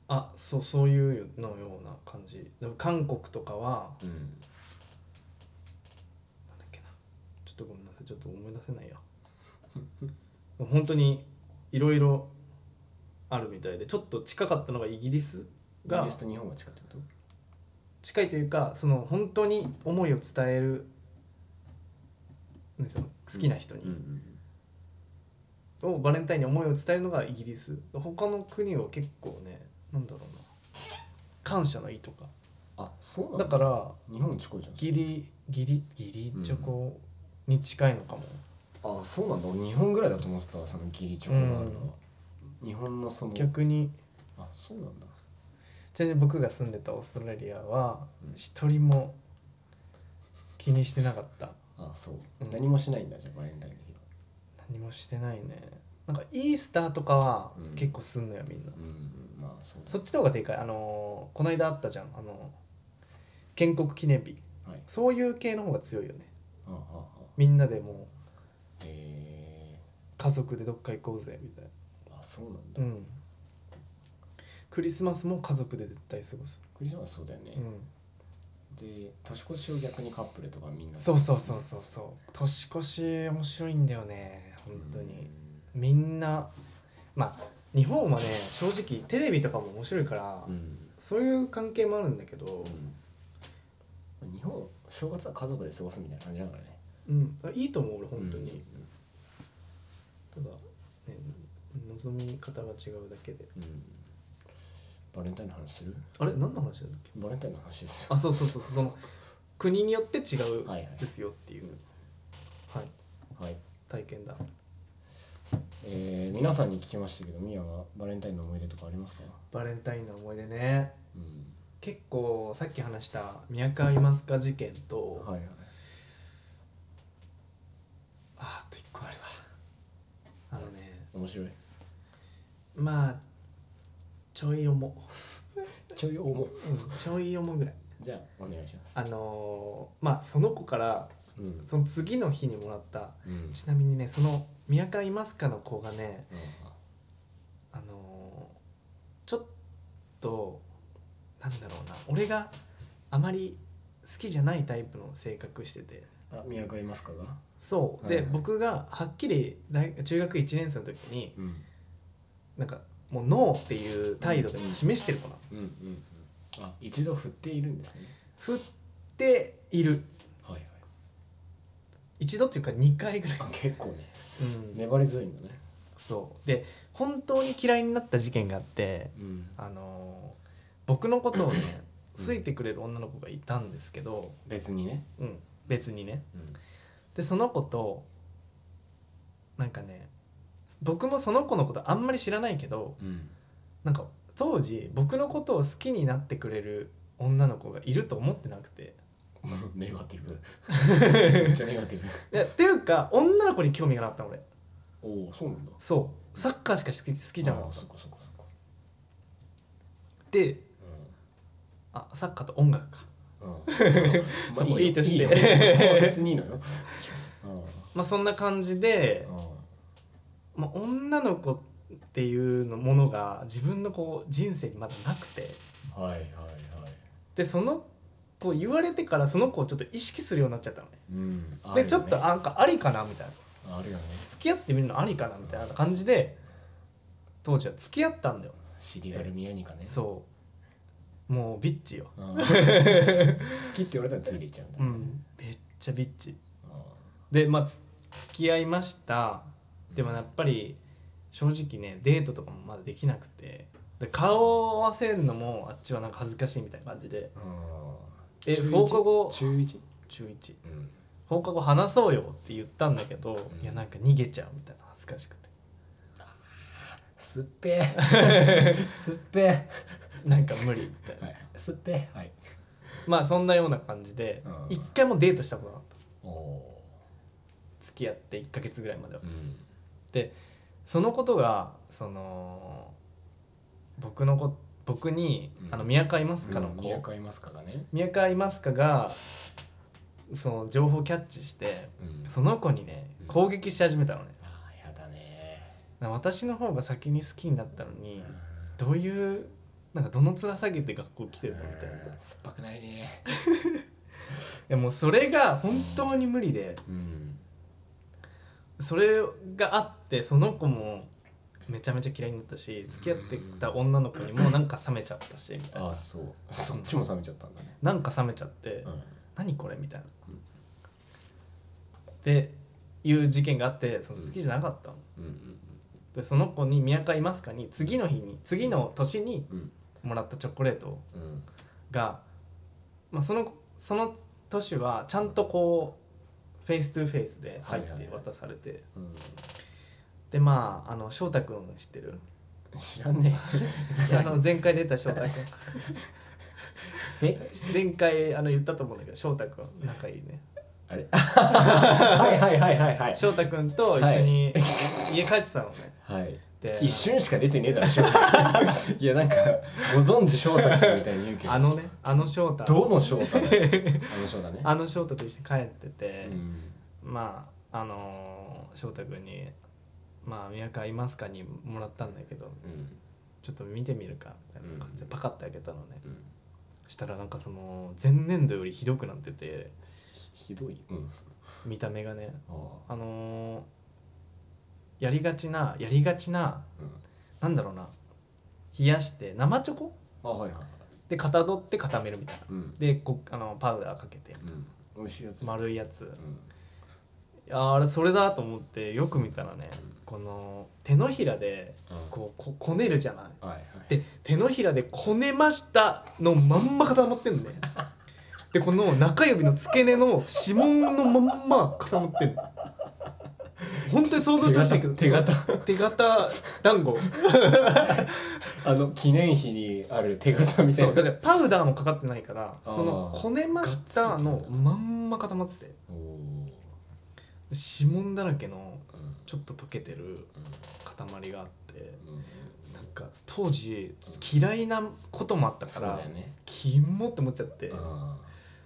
あそうそういうのような感じでも韓国とかは
うん
なんだっけなちょっとごめんなさいち ょっと思い出せないや本当にいろいろあるみたいでちょっと近かったのがイギリス
イギ
が
リスと日本が近いってこと
近いというかその本当に思いを伝える、ね、その好きな人に、
うん
をバレンタインに思いを伝えるのがイギリス他の国は結構ねなんだろうな感謝の意とか
あそうなん
だ
だ
から
日本近いじゃん
ギリギリギリチョコに近いのかも、
あそうなんだ俺日本ぐらいだと思ってたわその義理チョコがあるのは、日本のその
逆に
あそうなんだ
ちなみに僕が住んでたオーストラリアは一人も気にしてなかった
あそう、
うん
何もしないんだじゃあバレンタインの日は
何もしてないねなんかイースターとかは
うん
結構すんのよみんな、
うんまあそうだ
そっちの方がでかいあのーこの間あったじゃんあのー建国記念日
はい
そういう系の方が強いよね
ああああ
みんなでもう
へえ
家族でどっか行こうぜみたい
あそうなんだ、
なうんクリスマスも家族で絶対過ごす、
クリスマスそうだよね、
うん、
で年越しを逆にカップルとかみんな
そうそうそうそうそう年越し面白いんだよね本当に、みんなまあ日本はね正直テレビとかも面白いから、
うん、
そういう関係もあるんだけど、
うん日本正月は家族で過ごすみたいな感じだからね
うんいいと思う俺本当に、
う
ただ、ね、望み方が違うだけで
んうんバレンタインの話する
あれ何の話なんだっけ
バレンタインの話ですよ
あそうそうそうその国によって違う
はいはい
ですよっていう、はい
はい
体験だ
えー皆さんに聞きましたけどミヤはバレンタインの思い出とかありますか、
バレンタインの思い出ね
うん、
結構さっき話した宮川いますか事件と、
はいはい
あーあと一個あるわあのね
面白い
まあちょい重、
ちょい重い
うん、ちょい重ぐらい
じゃあお願いします
あのーまあその子から
うんうん
その次の日にもらった
うん
ちなみにねその「宮川いますか?」の子がねあのーちょっとなんだろうな俺があまり好きじゃないタイプの性格してて
あ宮川いますかが
そう
は
で
いはい
僕がはっきり大中学1年生の時に
うん
なんかもうノーっていう態度で示してるかな
うんうんうんあ一度振っているんですね
振っている
はいはい
一度っていうか2回ぐらい、
あ結構ね
うん
粘り強いんだね
そうで本当に嫌いになった事件があって
うん
あのー僕のことをね
うん
ついてくれる女の子がいたんですけど、
別にね
うん、別にね
うん
でその子となんかね僕もその子のことあんまり知らないけど
うん
なんか当時僕のことを好きになってくれる女の子がいると思ってなくて
ネガティ ブめっちゃネガティブ
いやっていうか女の子に興味がなかったの俺
おおそうなんだ好
そうサッカーしか好き好きじゃなかっ
そ
た
っかそっかそっか
で
う
あサッカーと音楽か
んうんま
そ
あ
こ
よ
いいとして
よそ こは別にいいのよ
まあそんな感じで
う、んうん
まあ、女の子っていうのものが自分のこう人生にまだなくて
はいはいはい
でその子言われてからその子をちょっと意識するようになっちゃったのね
うんあるよ
で
ね
ちょっとなんかありかなみたいな
あるよね
付き合ってみるのありかなみたいな感じで当時は付き合ったんだよ
シリアルミヤニカね
そうもうビッチよ
うん好きって言われたらついていっちゃうんだ
うんめっちゃビッチ
う
でまあつ付き合いましたでもやっぱり正直ねデートとかもまだできなくてで顔を合わせるのもあっちはなんか恥ずかしいみたいな感じで
ん
え
中一
放課後
中一
中1
うん
放課後話そうよって言ったんだけど、
ん
いやなんか逃げちゃうみたいな恥ずかしくて
すっぺーすっぺー
なんか無理みたいな、
はいすっぺーはい
まあそんなような感じで
うん
一回もデートしたことなかった
おお
付き合って1ヶ月ぐらいまでは
ーうん
でそのことがその僕のこ僕に「
うん
あの宮川いますか?」の
うん
子、
宮川いますかがね
宮川いますかがその情報をキャッチして
うん
その子にね
うん
攻撃し始めたのね、
あーやだね
私の方が先に好きになったのにどういうなんかどの面下げて学校来てるのみたいない
うん酸っぱくないね
やもうそれが本当に無理で
うん
それがあってその子もめちゃめちゃ嫌いになったし付き合ってた女の子にもなんか冷めちゃったしみたい
あ
な
あそうそっちも冷めちゃったんだね、
なんか冷めちゃって
うん、
何これみたいな。っていう事件があってその好きじゃなかったの。
うん
でその子に「宮川いますか?」に次の日に次の年に
うん
もらったチョコレート
うんうん
が、まあ、そのその年はちゃんとこうフェイストゥフェイスで入っ
はいはい
て
はい
渡されて、
うん
でまああの翔太君知ってる
知らね
あの前回出た翔太 君
ええ
前回あの言ったと思うんだけど翔太君仲いいね
あれはいはいはいはいはい
翔太君と一緒に家帰ってたのね、
はい
で
一瞬しか出てねえだろ翔太いやなんかご存知翔太君みたいに言うけど
あのねあの翔太
どの翔太だよあの翔太ね
あの翔太と一緒に帰ってて、
うん
まああのー翔太君に「まあ宮川いますか?」にもらったんだけど
うん
ちょっと見てみるかみたいな感じでパカッて開けたのね、
うん
そしたらなんかその前年度よりひどくなってて
ひどいうん
見た目がね
ああ
あのーやりがちなやりがちな
うん
なんだろうな冷やして生チョコ
あはいはいはい
でかたどって固めるみたいな
うん
でこあのパウダーかけて
うん美味しいやつ
丸いやつ
うん
いやーあれそれだと思ってよく見たらねこの手のひらでこうここねるじゃない
はいはい
で手のひらでこねましたのまんま固まってんの ねでこの中指の付け根の指紋のまんま固まってんの本当に想像してほしいけど
手形
手形団子
あの記念碑にある手形みたい
そ
な
うだからパウダーもかかってないからその
あー
こねましたのまんま固まってて
おお
指紋だらけの
ー
ちょっと溶けてる塊があって
うんうん
なんか当時嫌いなこともあったか
そう
ら
だよね
キモって思っちゃって
あ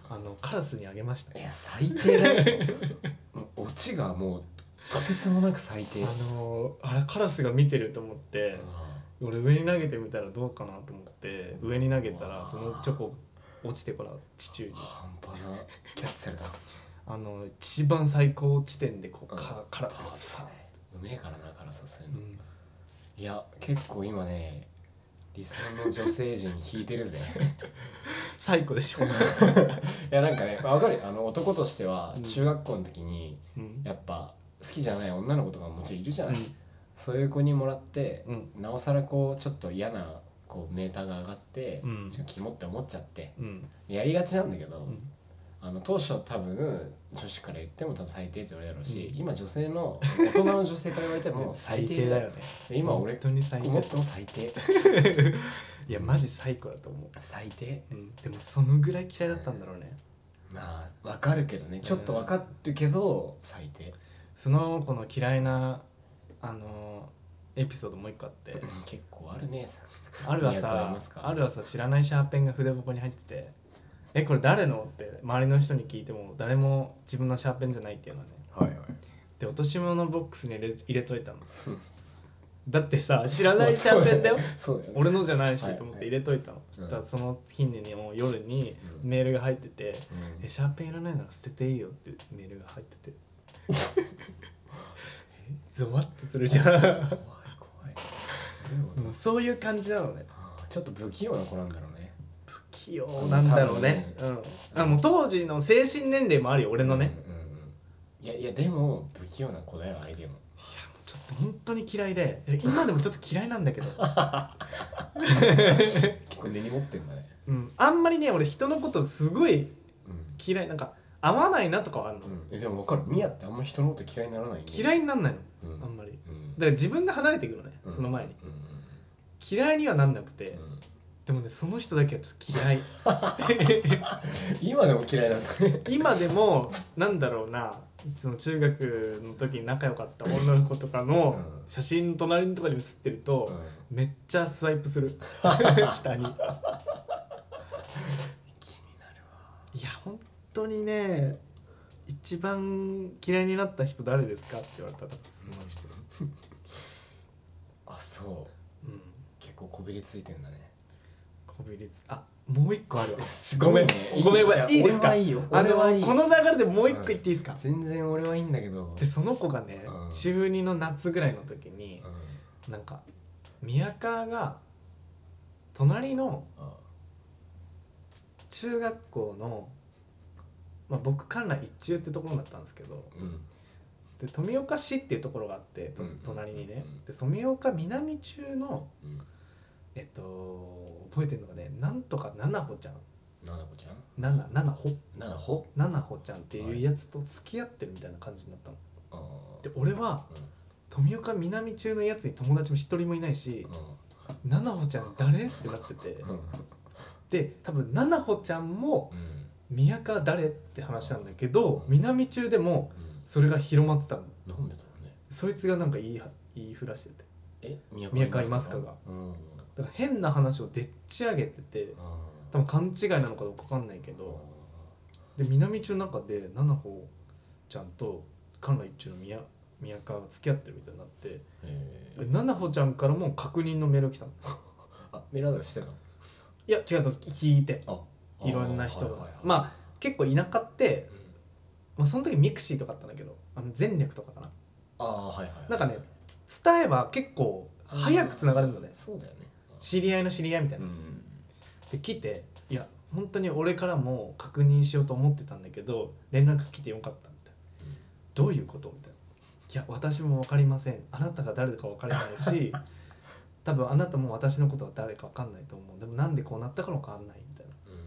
あのカラスにあげました
あいや最低だよもうオチがもうとてつもなく最低
あのーあれカラスが見てると思って
あ
俺上に投げてみたらどうかなと思って上に投げた
うわ
ら
ー
そのチョコ落ちてから地中に
あ半端なキャッチされた
あの一番最高地点でこう
う
かカラスが
そう
さ
だ、ねうめえからなからそうする
う
の
ん、
いや結構今ね理想の女性陣引いてるぜ
最高でしょ、
いやなんかねわかるよあの男としては
うん
中学校の時に
うん
やっぱ好きじゃない女の子とかももちろんいるじゃない、
うん
そういう子にもらって、
うん
なおさらこうちょっと嫌なこうメーターが上がって、
うん
ちょっとキモって思っちゃって
うん
やりがちなんだけど、
ん
あの当初多分女子から言っても多分最低って言われるだろうし、
うん
今女性の大人の女性から言われても
最低だよね
で今俺
本当に最低
思っても最低
いやマジ最高だと思
最低
う、うん、でもそのぐらい嫌いだったんだろうね
まあわかるけどねちょっとわかるけど最低
その子の嫌いなあのーエピソードもう一個あって
結構あるね
ある
宮川い
朝
ますか
ある朝知らないシャーペンが筆箱に入ってて「えこれ誰の?」って周りの人に聞いても誰も自分のシャーペンじゃないっていうのね
はいはい
で落とし物ボックスに入れ入れといたのだってさ知らないシャーペンだよ
そうだよね
俺のじゃないし
はい
と思って入れといたの、そしたらその日にもう夜に
うん
メールが入ってて
う
「
ん
えシャーペンいらないなら捨てていいよ」ってメールが入って てえゾワッとするじゃん
怖い怖いどういうこと
もうそういう感じなのね
あーちょっと不器用な子なんだろうね
器用なんだろうね、うん、あもう当時の精神年齢もあるよ俺のね、いやも
うんうんうんいやいやでも不器用な子だよあれでも
うちょっと本当に嫌いでえ今でもちょっと嫌いなんだけ ど、
結構根に持ってんだね
うん、あんまりね俺人のことすごい
うん
嫌いなんか合わないなとかはあるの、
うんえでもわかるミヤってあんま人のこと嫌いにならないイメージ
嫌いになんないの、
うん
あんまりだ
うん
から自分が離れていくのね、
うん
その前に
うんうん
嫌いにはなんなくて、
うんうん
でもねその人だけはちょっと嫌 い
今でも嫌いなんだね
今でもなんだろうなその中学の時に仲良かった女の子とかの
うん
写真の隣とかに写ってると、めっちゃスワイプする下に気になるわいや本当にね一番嫌いになった人誰ですかって言われたらすごいしてる、
あそう
うん、
結構こびりついてんだね
こびりつあもう一個あるわ
ごめん
ごめんごめんいいですか
俺はいいよ
あ
俺
の
はいい
この流れでもう一個言っていいですか、
全然俺はいいんだけど
でその子がね、
うん
中2の夏ぐらいの時に、
う
なんか宮川が隣の
あ
中学校の、まあ、僕観覧一中ってところだったんですけど
うん
で富岡市っていうところがあって、と
うんうん
隣にね
うん
で富岡南中の
うん
えっと覚えてるのがねなんとかななほちゃん
ななこちゃん
ななななほ
ななほ
ななほちゃんっていうやつと付き合ってるみたいな感じになったの。
あ
で俺は
ー
富岡南中のやつに友達も一人もいないし
う
「
ん
ななほちゃん誰?」ってなってて
うん
で多分ななほちゃんも
う
「
ん
宮川誰?」って話なんだけど南中でも
うん
それが広まってたの
なんでだろうね
そいつがなんか言いは言いふらしてて
え宮
宮川いますかが
うん
だから変な話をでっち上げてて
あ
多分勘違いなのかどうか分かんないけ
ー
どで南中の中で七穂ちゃんと関西一中の宮宮川が付き合ってるみたいになって
えー
七穂ちゃんからも確認のメールが来たの
あメールアドレスしてたの
いや違うと聞いて
あ
いろんな人が、
あ
まあ結構田舎って
ー、はいはいはいうん
まあ、その時ミクシーとかあったんだけどあの前略とかかな
あーはいはいはい
なんかね伝えば結構早くつながるんだね
そうだよね
知り合いの知り合いみたいな、
ん
で来ていや本当に俺からも確認しようと思ってたんだけど連絡来てよかったみたいな、
うん
どういうことみたいないや私も分かりませんあなたが誰か分からないし 多分あなたも私のことは誰か分かんないと思うでもなんでこうなったかも分かんないみたいな
うん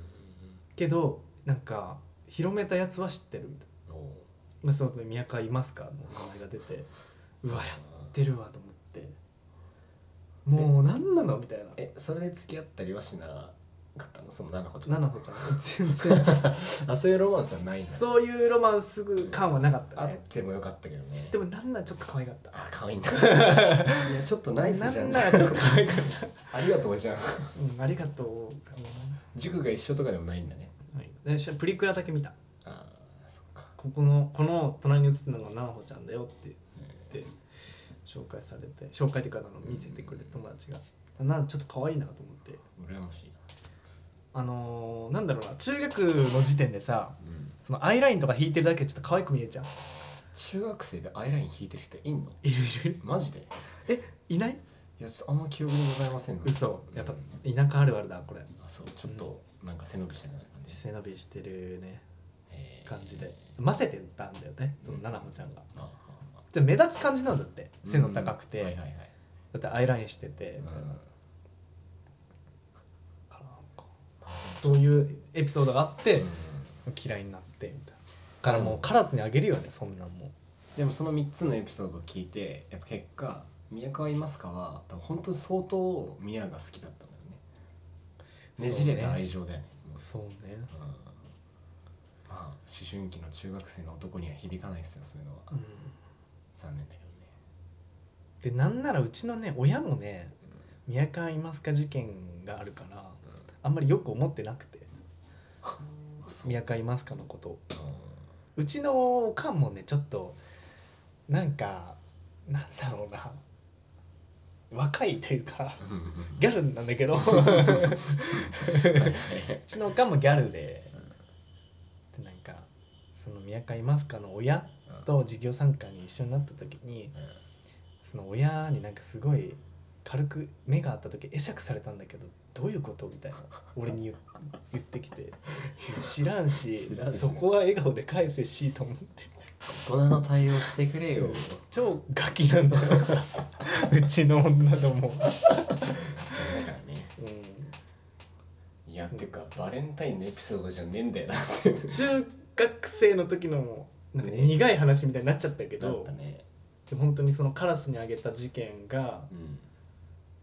けどなんか広めたやつは知ってるみたい
おー
なまあその後に宮川いますか?」の名前が出てうわやってるわと思ってもう何なのみたいな
えそれで付き合ったりはしなかったのそのななこちゃん
菜々穂ちゃん全然
あそういうロマンスはないんだ
そういうロマンス感はなかった
あっ
ね。
てもよかったけどね
でもなんならちょっと可愛かった。
あ可愛い んだいやちょっとナイス
な
じゃん
んならちょっと可愛かった。
ありがとうじゃん
うん、ありがとうか
塾が一緒とかでもないんだね
な。はいで、しプリクラだけ見た。
ああそっか
ここの、この隣に写ってるのがなほちゃんだよって言って、紹介されて、紹介っていうか、あの、見せてくれる友達が。なんちょっと可愛いなと思って。
羨ましいな
あのー、なんだろうな、中学の時点でさ、
うん
そのアイラインとか引いてるだけでちょっと可愛く見えちゃう。
中学生でアイライン引いてる人いんの
いるいるいる。
マジでい
え、いない
やちょっとあんま記憶にございません
嘘。やっぱ
うん、
田舎あるあるだ、これ。
あそうちょっとなんか背伸びしたような感じ
背伸びしてるね。
へー
感じで混ぜてたんだよねそのななほちゃんが。
あああ
で目立つ感じなんだって
あ
背の高くて、
うんはいはいはい
だってアイラインしてて
う
みたいな,、
ん
そういうエピソードがあって
うん
嫌いになってみたいなからもうカラスにあげるよねそんなんも
でもその3つのエピソードを聞いてやっぱ結果「宮川いますか?」は多分本当に相当宮が好きだったんだよねねじれた愛情だよね
う
も
そうね
ううんまあ思春期の中学生の男には響かないですよそういうのは、
うん
残念だけどね
でなんならうちのね親もね「宮川いますか?」事件があるから、あんまりよく思ってなく て「宮川いますか?」のことをうちのおかんもねちょっとなんかなんだろうな若いというか
うんうんうん
ギャルなんだけどうちのおかんもギャルででなんかその宮川いますかの親と授業参加に一緒になった時にその親になんかすごい軽く目があった時会釈されたんだけどどういうことみたいな俺に言う言ってきていや知らんし
知らんし
そこは笑顔で返せしと思って。
大人の対応してくれよ
超ガキなんだようちの女ども、
だからね
うん、
いやてかバレンタインのエピソードじゃねえんだよなって
中学生の時のもなんか苦い話みたいになっちゃったけ
な
ど
っ、たね
でも本当にそのカラスにあげた事件が
うん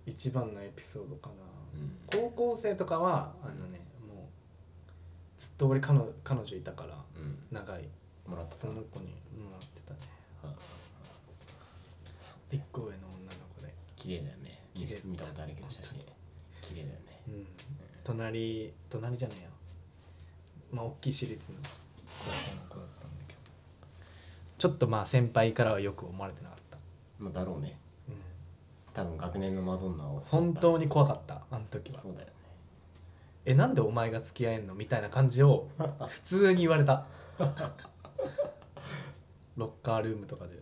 一番のエピソードかな
うん
高校生とかはあのねもうずっと俺彼女彼女いたから
うん
長い
もらって
そ
た
の
の
子にもらってたね一個上の女の子で、
綺麗だよね
綺麗
見たことあるけど写真綺麗だよね
うん、隣隣じゃないやまあ大きい私立のちょっとまあ先輩からはよく思われてなかった、
まあだろうね多分学年のマドンナを
本当に怖かったあの時は
そうだよね
えなんでお前が付き合えんのみたいな感じ を普通に言われたロッカールームとかで
へ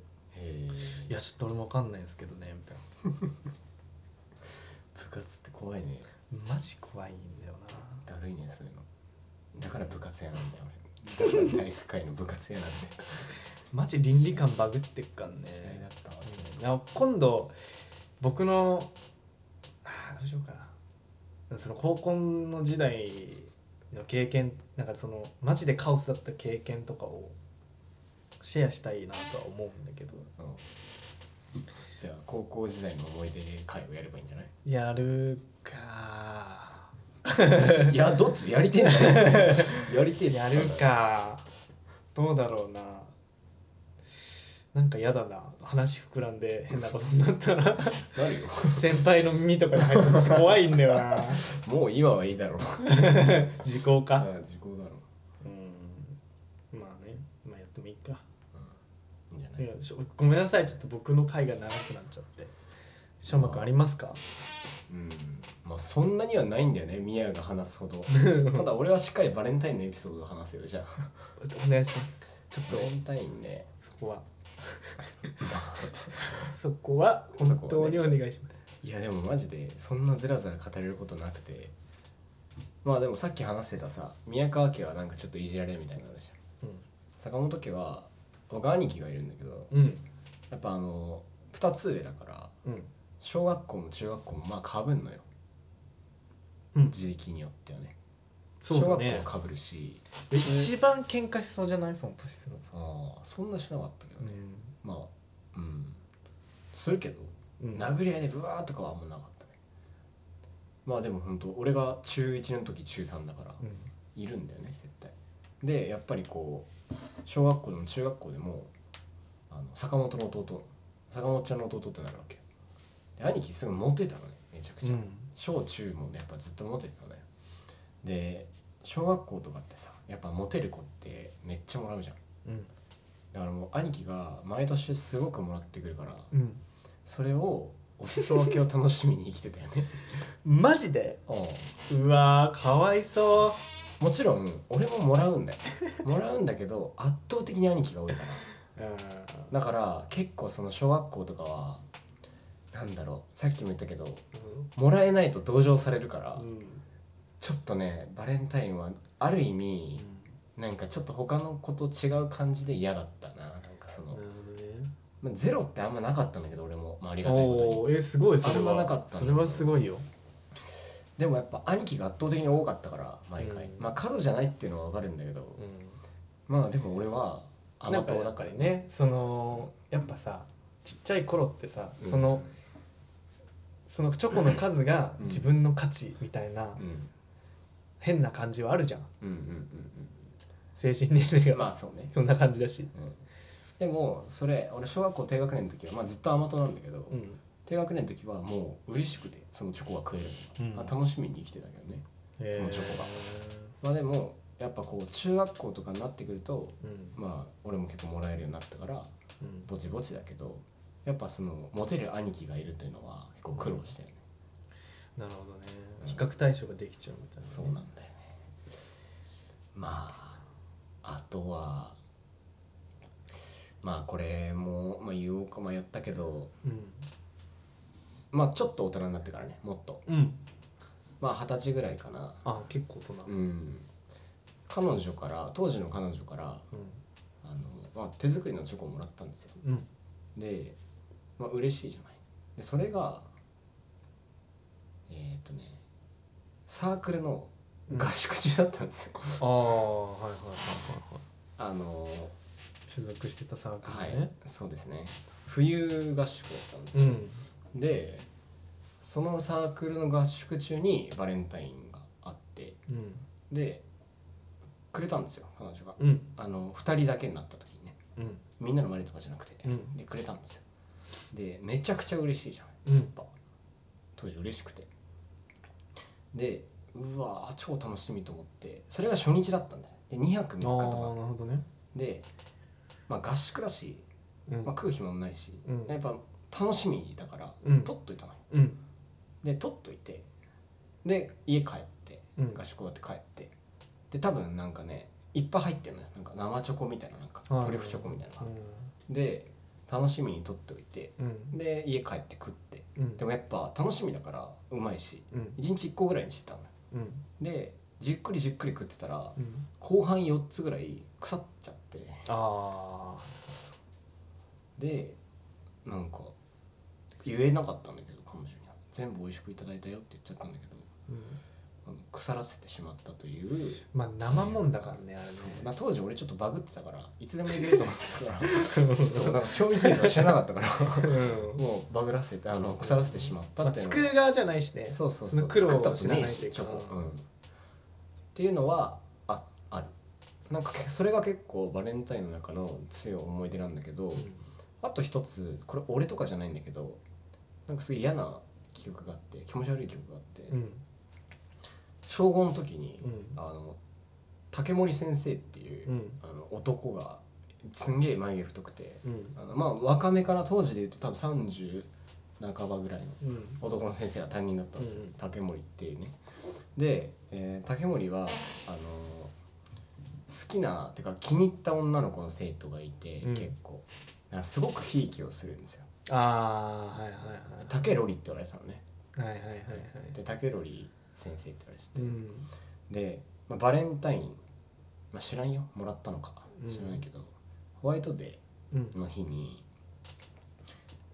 い
え
やちょっと俺も分かんないんですけどねみたい
部活って怖いね
なマジ怖いんだよな
だるいねそういうのだから部活やなんだよ俺だから体育会の部活やなんだよ
マジ倫理観バグってっかん
嫌いだ
ね
ったわ
うんいや今度僕のあーどうしようかなその高校の時代の経験なんかそのマジでカオスだった経験とかをシェアしたいなとは思うんだけど
うんじゃあ高校時代の思い出会をやればいいんじゃない
やるか
いやどっちやりてえんだやりてえ
やるかどうだろうななんかやだな話膨らんで変なことになったら
なるよ
先輩の耳とかに入ってち怖いんだよ な
もう今はいいだろう
時効か
あ時効だろ
うんまあねまあやってもいいか
ういいんじゃないい
やしょごめんなさいちょっと僕の回が長くなっちゃってしょうまくんありますか
うんまあそんなにはないんだよねミヤが話す ほどただ俺はしっかりバレンタインのエピソードを話すよじゃあ
お願いしますちょっと
バレンタインね
そこ はそこは本当にお願いします、
いやでもマジでそんなずらずら語れることなくてまあでもさっき話してたさ宮川家はなんかちょっといじられみたいな話坂本家は僕兄貴がいるんだけど
うんうん
やっぱあの2つ上だから
うん
小学校も中学校もまあかぶんのよ
うん
自力によってはね
そうだ
小
ね
学校かぶるし
一番喧嘩しそうじゃないその年すのさ
ああそんなしなかったけどね、
う
まあうんするけど、
うん
殴り合いでブワーとかはあんまなかったねまあでも本当俺が中1の時中3だから、
ん
いるんだよね絶対でやっぱりこう小学校でも中学校でもあの坂本の弟坂本ちゃんの弟ってなるわけよで兄貴すぐモテたのねめちゃくちゃ、
うん
小中もねやっぱずっとモテてたのよで小学校とかってさやっぱモテる子ってめっちゃもらうじゃん
うん
だからもう兄貴が毎年すごくもらってくるから
うん
それをお裾分けを楽しみに生きてたよ ね
マジで
うん
うわーかわいそ
もちろん俺ももらうんだよもらうんだけど圧倒的に兄貴が多いから
ううん
だから結構その小学校とかはなんだろうさっきも言ったけどもらえないと同情されるから、
うん
ちょっとねバレンタインはある意味、なんかちょっと他の子と違う感じで嫌だったななんかその、
なるほどね
まあ、ゼロってあんまなかったんだけど俺も、まあ、ありがたいことに
おおーえすごいそれは
あんまなかったね
それはすごいよ
でもやっぱ兄貴が圧倒的に多かったから毎回、
うん
まあ数じゃないっていうのは分かるんだけど、
う
まあでも俺は甘党だから
ねそのやっぱさちっちゃい頃ってさ
うん
そのそのチョコの数が
うん
自分の価値みたいな
うん
変な感じはあるじゃん
うんうん
精神年
うんう
齢
んま
が
あそうね、
そんな感じだし
うんでもそれ俺小学校低学年の時は、まあ、ずっと甘党なんだけど、
うん
低学年の時はもう嬉しくてそのチョコが食えるのが、
うん
まあ、楽しみに生きてたけどねそのチョコがまあでもやっぱこう中学校とかになってくると
うん
まあ俺も結構もらえるようになったから
うん
ぼちぼちだけどやっぱそのモテる兄貴がいるというのは結構苦労してるね、
なるほどね
うん
比較対象ができちゃうみたいなね
そうなんだよねまああとはまあこれも、まあ、言おうか迷ったけどまあちょっと大人になってからねもっと
うんうん
まあ二十歳ぐらいかな
あ結構大人
うん彼女から当時の彼女から
う
あの、まあ、手作りのチョコをもらったんですよ
んうん
でまあ嬉しいじゃないでそれがえーっとねサークルの合宿中だったんですよ、
ああはいはいはいはいはい
あの
所属してたサーク
は
ル
い
ね、
そうですね冬合宿だったんです
う
よ、
ん
でそのサークルの合宿中にバレンタインがあって
うん
でくれたんですよ彼女が、
うん
あの2人だけになった時にね
うん
みんなの前でとかじゃなくて、
うん
でくれたんですよでめちゃくちゃ嬉しいじゃん
うん
やっぱ当時嬉しくてでうわー超楽しみと思ってそれが初日だったんだよで2泊3日
ああーなる
とか
ほどね
で、まあ、合宿だし
うん
まあ、食う暇もないし、
うん
やっぱ楽しみだから、
うん
取っといたのよ
うん
で取っといてで家帰って
うん
合宿終わって帰ってで多分なんかねいっぱい入ってるのよなんか生チョコみたいななんか
はい
トリュフチョコみたいな、
うん
で楽しみに取っておいて
うん
で家帰って食って
うん
でもやっぱ楽しみだからうまいし
うん
1日1個ぐらいにしてたのよ
うん
でじっくりじっくり食ってたら
うん
後半4つぐらい腐っちゃって
ああ
でなんか言えなかったんだけど彼女には全部美味しくいただいたよって言っちゃったんだけど
うん
あの腐らせてしまったという
まあ生もんだからねあ
そう
れね
まあ、当時俺ちょっとバグってたからいつでもいけると思ってたから そうなんか賞味期限とか知らなかったから
うん
もうバグらせてあの腐らせてしまった
ま
っ
あ
ていうの
作る側じゃないしね
そうそう
そ
そ
の
う
苦労
作った
を
こ
知
と
ら
ね
ないと
え
い
し
う
チ
か
ョコ、うん、っていうのはああるなんかそれが結構バレンタインの中の強い思い出なんだけど、あと一つこれ俺とかじゃないんだけどなんかすごい嫌な記憶があって気持ち悪い記憶があって、
うん
小5の時に、
うん
あの竹森先生っていう、
うん
あの男がすんげえ眉毛太くて、
うん
あのまあ若めかな当時で言うと多分30半ばぐらいの
うん
男の先生が担任だったんですよ、
うんうん
竹森っていうねで、えー竹森はあの好きなてか気に入った女の子の生徒がいて、
うん
結構なんかすごくひいきをするんですよ
ああはいは
竹ロリって言われてたのね
いはいはいはいはいはい
で竹ロリ先生って言われてて、
うん
で、まあ、バレンタイン、まあ、知らんよもらったのか
うん
知らないけど、ホワイトデ
うん
ーの日に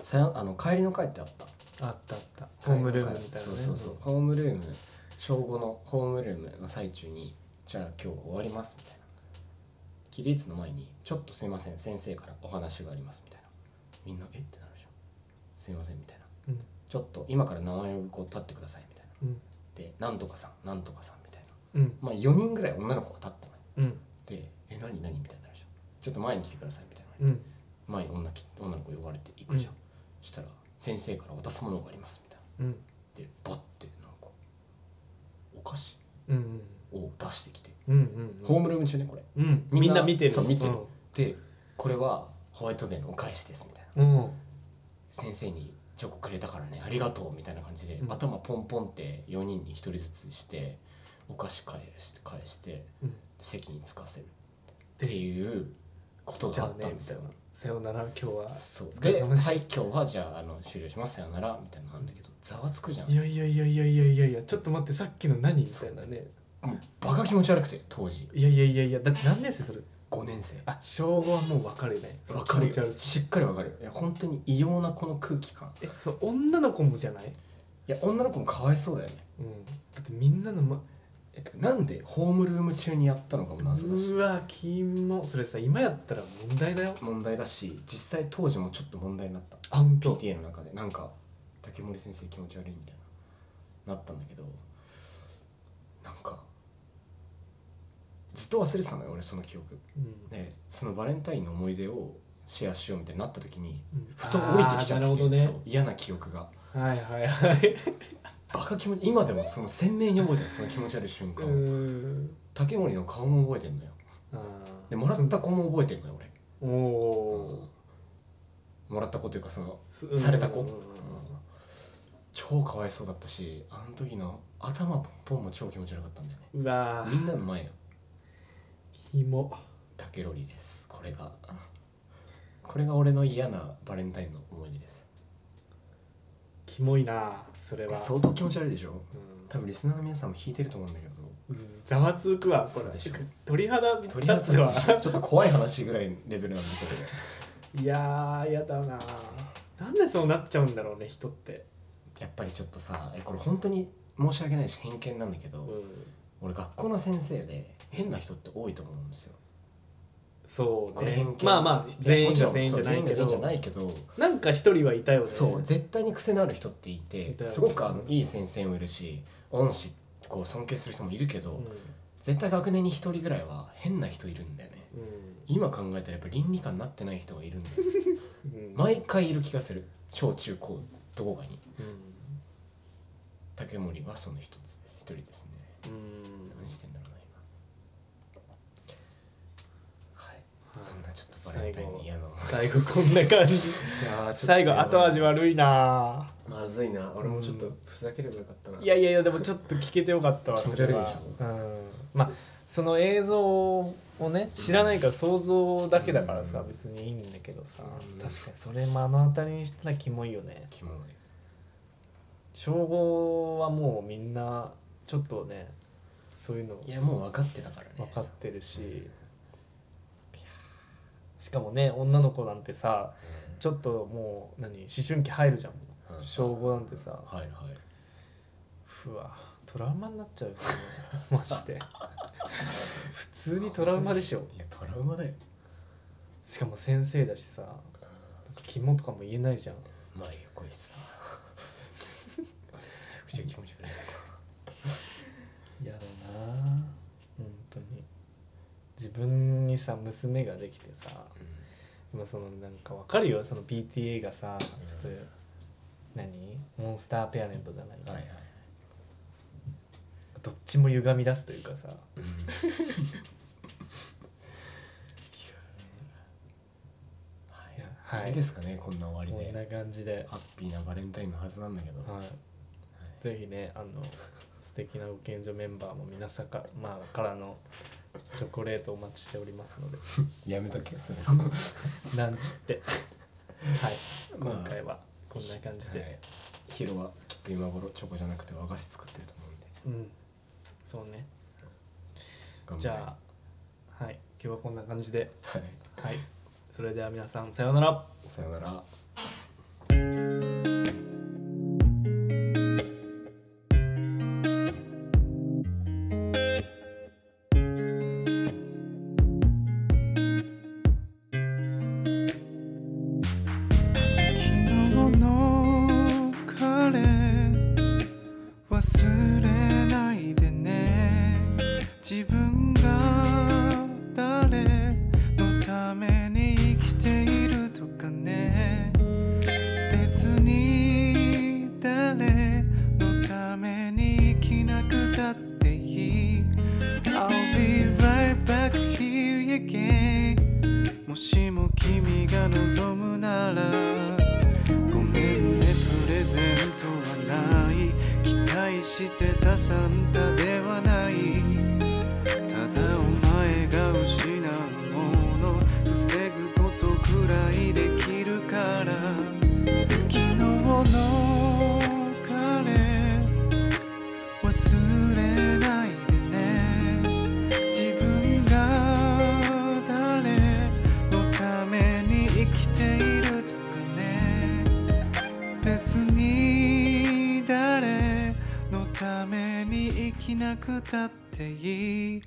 さよあの帰りの会ってあった
あったあったホームルームみたいなね
そうそうそうホームルーム正午のホームルームの最中にじゃあ今日終わりますみたいな起立の前にちょっとすいません先生からお話がありますみたいなみんなえってなるでしょすいませんみたいな
うん
ちょっと今から名前をこう立ってくださいみたいな
うん
でなんとかさんなんとかさんみたいな
うん
まあ4人ぐらい女の子が立ったのよ
うん
でえ何何みたいになるでしょちょっと前に来てくださいみたいな
うん
前に女き女の子呼ばれて行くじゃん、
う
そしたら先生から渡すものがありますみたいな
うん
でバッてなんかお菓子
うん
を出してきて、
うんうん
ホームルーム中ねこれ
うんみんな見てる
そう見てる、でこれはホワイトデーのお返しですみたいな
うんうん
先生にチョコくれたからねありがとうみたいな感じで、
うん
頭ポンポンって4人に1人ずつしてお菓子返して返して
うん
席に着かせるっていうこと
じ
が
ゃ
あ
あ
っ
ね
たん
み
です
たい
よ
な。さようなら今日は
そう
お疲れ
で「
様でし
はい今日はじゃああの終了しますさよなら」みたいなのなんだけどざわつくじゃん
いやいやいやいやいやいやいやちょっと待ってさっきの何みたいなね
もうバカ気持ち悪くて当時
いやいやいやいやだって何年生それ
5年生
あ小5はもう分かるよね
わかる
気持ち悪
よ
い
しっかりわかるよいや本当に異様なこの空気感
えそう女の子もじゃない
いや女の子もかわいそうだよね
うんだってみんなの、ま、
えてかなんでホームルーム中にやったのかも謎だし
うわキモそれさ今やったら問題だよ
問題だし実際当時もちょっと問題になった
あ本当
PTA の中でなんか竹森先生気持ち悪いみたいななったんだけどなんかずっと忘れてたのよ俺その記憶
うん
でそのバレンタインの思い出をシェアしようみたいになった時に
うん
ふと降りてきちゃって
あーなるほどね
そう嫌な記憶が
はいはいはい
バカ気持ち今でもその鮮明に覚えてるその気持ち悪い瞬
う
間を、
ーん
竹森の顔も覚えてるのよ
あ
でもらった子も覚えてるのよ
お
俺
お
もらった子というかその
ー
された子、
うん
超かわいそうだったしあの時の頭ポンポンも超気持ち悪かったんだよね
うわ
みんなの前よ
キモ
竹ロリですこれがこれが俺の嫌なバレンタインの思い出です
キモいなそれは
相当気持ち悪いでしょ
うん
多分リスナーの皆さんも引いてると思うんだけど
うんざわつくわこ
そう
れ
でしょ
鳥肌立
とりあえ
つ
ず
わ
ちょっと怖い話ぐらいレベルなんでこれ
いやーやだななんでそうなっちゃうんだろうね人って
やっぱりちょっとさえこれ本当に申し訳ないし偏見なんだけ
う
ど、
ん
俺学校の先生で変な人って多いと思うんですよ。
そう
これ偏
ね
見
まあまあ全員
もち
が
ろん
全員じゃないけ
そう全員が全員じゃ
ど
ないけど
なんか一人はいたよね
そう絶対に癖のある人ってい
い
て
たよね
すごくあのいい先生もいるし恩師こう尊敬する人もいるけど、
う
絶対学年に一人ぐらいは変な人いるんだよね。
ん
今考えたらやっぱ倫理観になってない人がいるんだよ
うん
毎回いる気がする小中高どこかに
うん
竹森はその一つ一人ですね
うん
何してんだろうな今はい、
はい
そんなちょっとバレンタインに嫌な思い
最後こんな感じ
いやーちょっと
最後後味悪いな
まずいな俺もちょっ
う
と
ん
ふざければよかったない
やいやいやでもちょっと聞けてよかったわ
気持ち悪いでしょ
それはうんまあその映像ををね知らないから想像だけだからさ別にいいんだけどさ
うん
確かにそれ目の当たりにしたらキモいよね
キモい
称号はもうみんなちょっとねそういうの
いやもう分かってたからね
分かってるししかもね女の子なんてさちょっともう何思春期入るじゃん
うん
称号なんてさ
はいはいう
わトラウマになっちゃうよねマジで普通にトラウマでしょ
いやトラウマだよ
しかも先生だしさなんか肝とかも言えないじゃん
まあいいこいつさめちゃくちゃ気持ち悪いです
やだな本当に自分にさ娘ができてさ今そのなんかわかるよその PTA がさちょっと、何モンスターペアレントじゃないけどさ、
はいはい
どっちも歪み出すと いうかさいやはい
いいですかねこんな終わり
こんな
で
感じで、
ハッピーなバレンタインのはずなんだけど
はい、ぜひねあの素敵なご健所メンバーも皆さんか、まあ、からのチョコレートお待ちしておりますので
やめとけそれ
ランチっ てはい今回はこんな感じで、
はいヒロはきっと今頃チョコじゃなくて和菓子作ってると思うんで
うんそうね
頑張れ
じゃあはい今日はこんな感じで
はい
はいそれでは皆さんさようなら
さよなら
昨日の彼忘れないでね自分が誰のために生きているとかね別に誰のために生きなくたっていい I'll be right back here again もしも君が望むならごめんねプレゼントはない期待してたサンタではないただお前が失うもの防ぐことくらいできるから昨日の彼忘れないでね自分が誰のために生きているとかね別に誰のために生きなくたっていい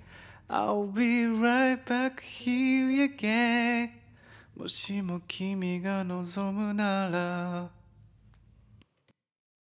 I'll be right back here again もしも君が望むなら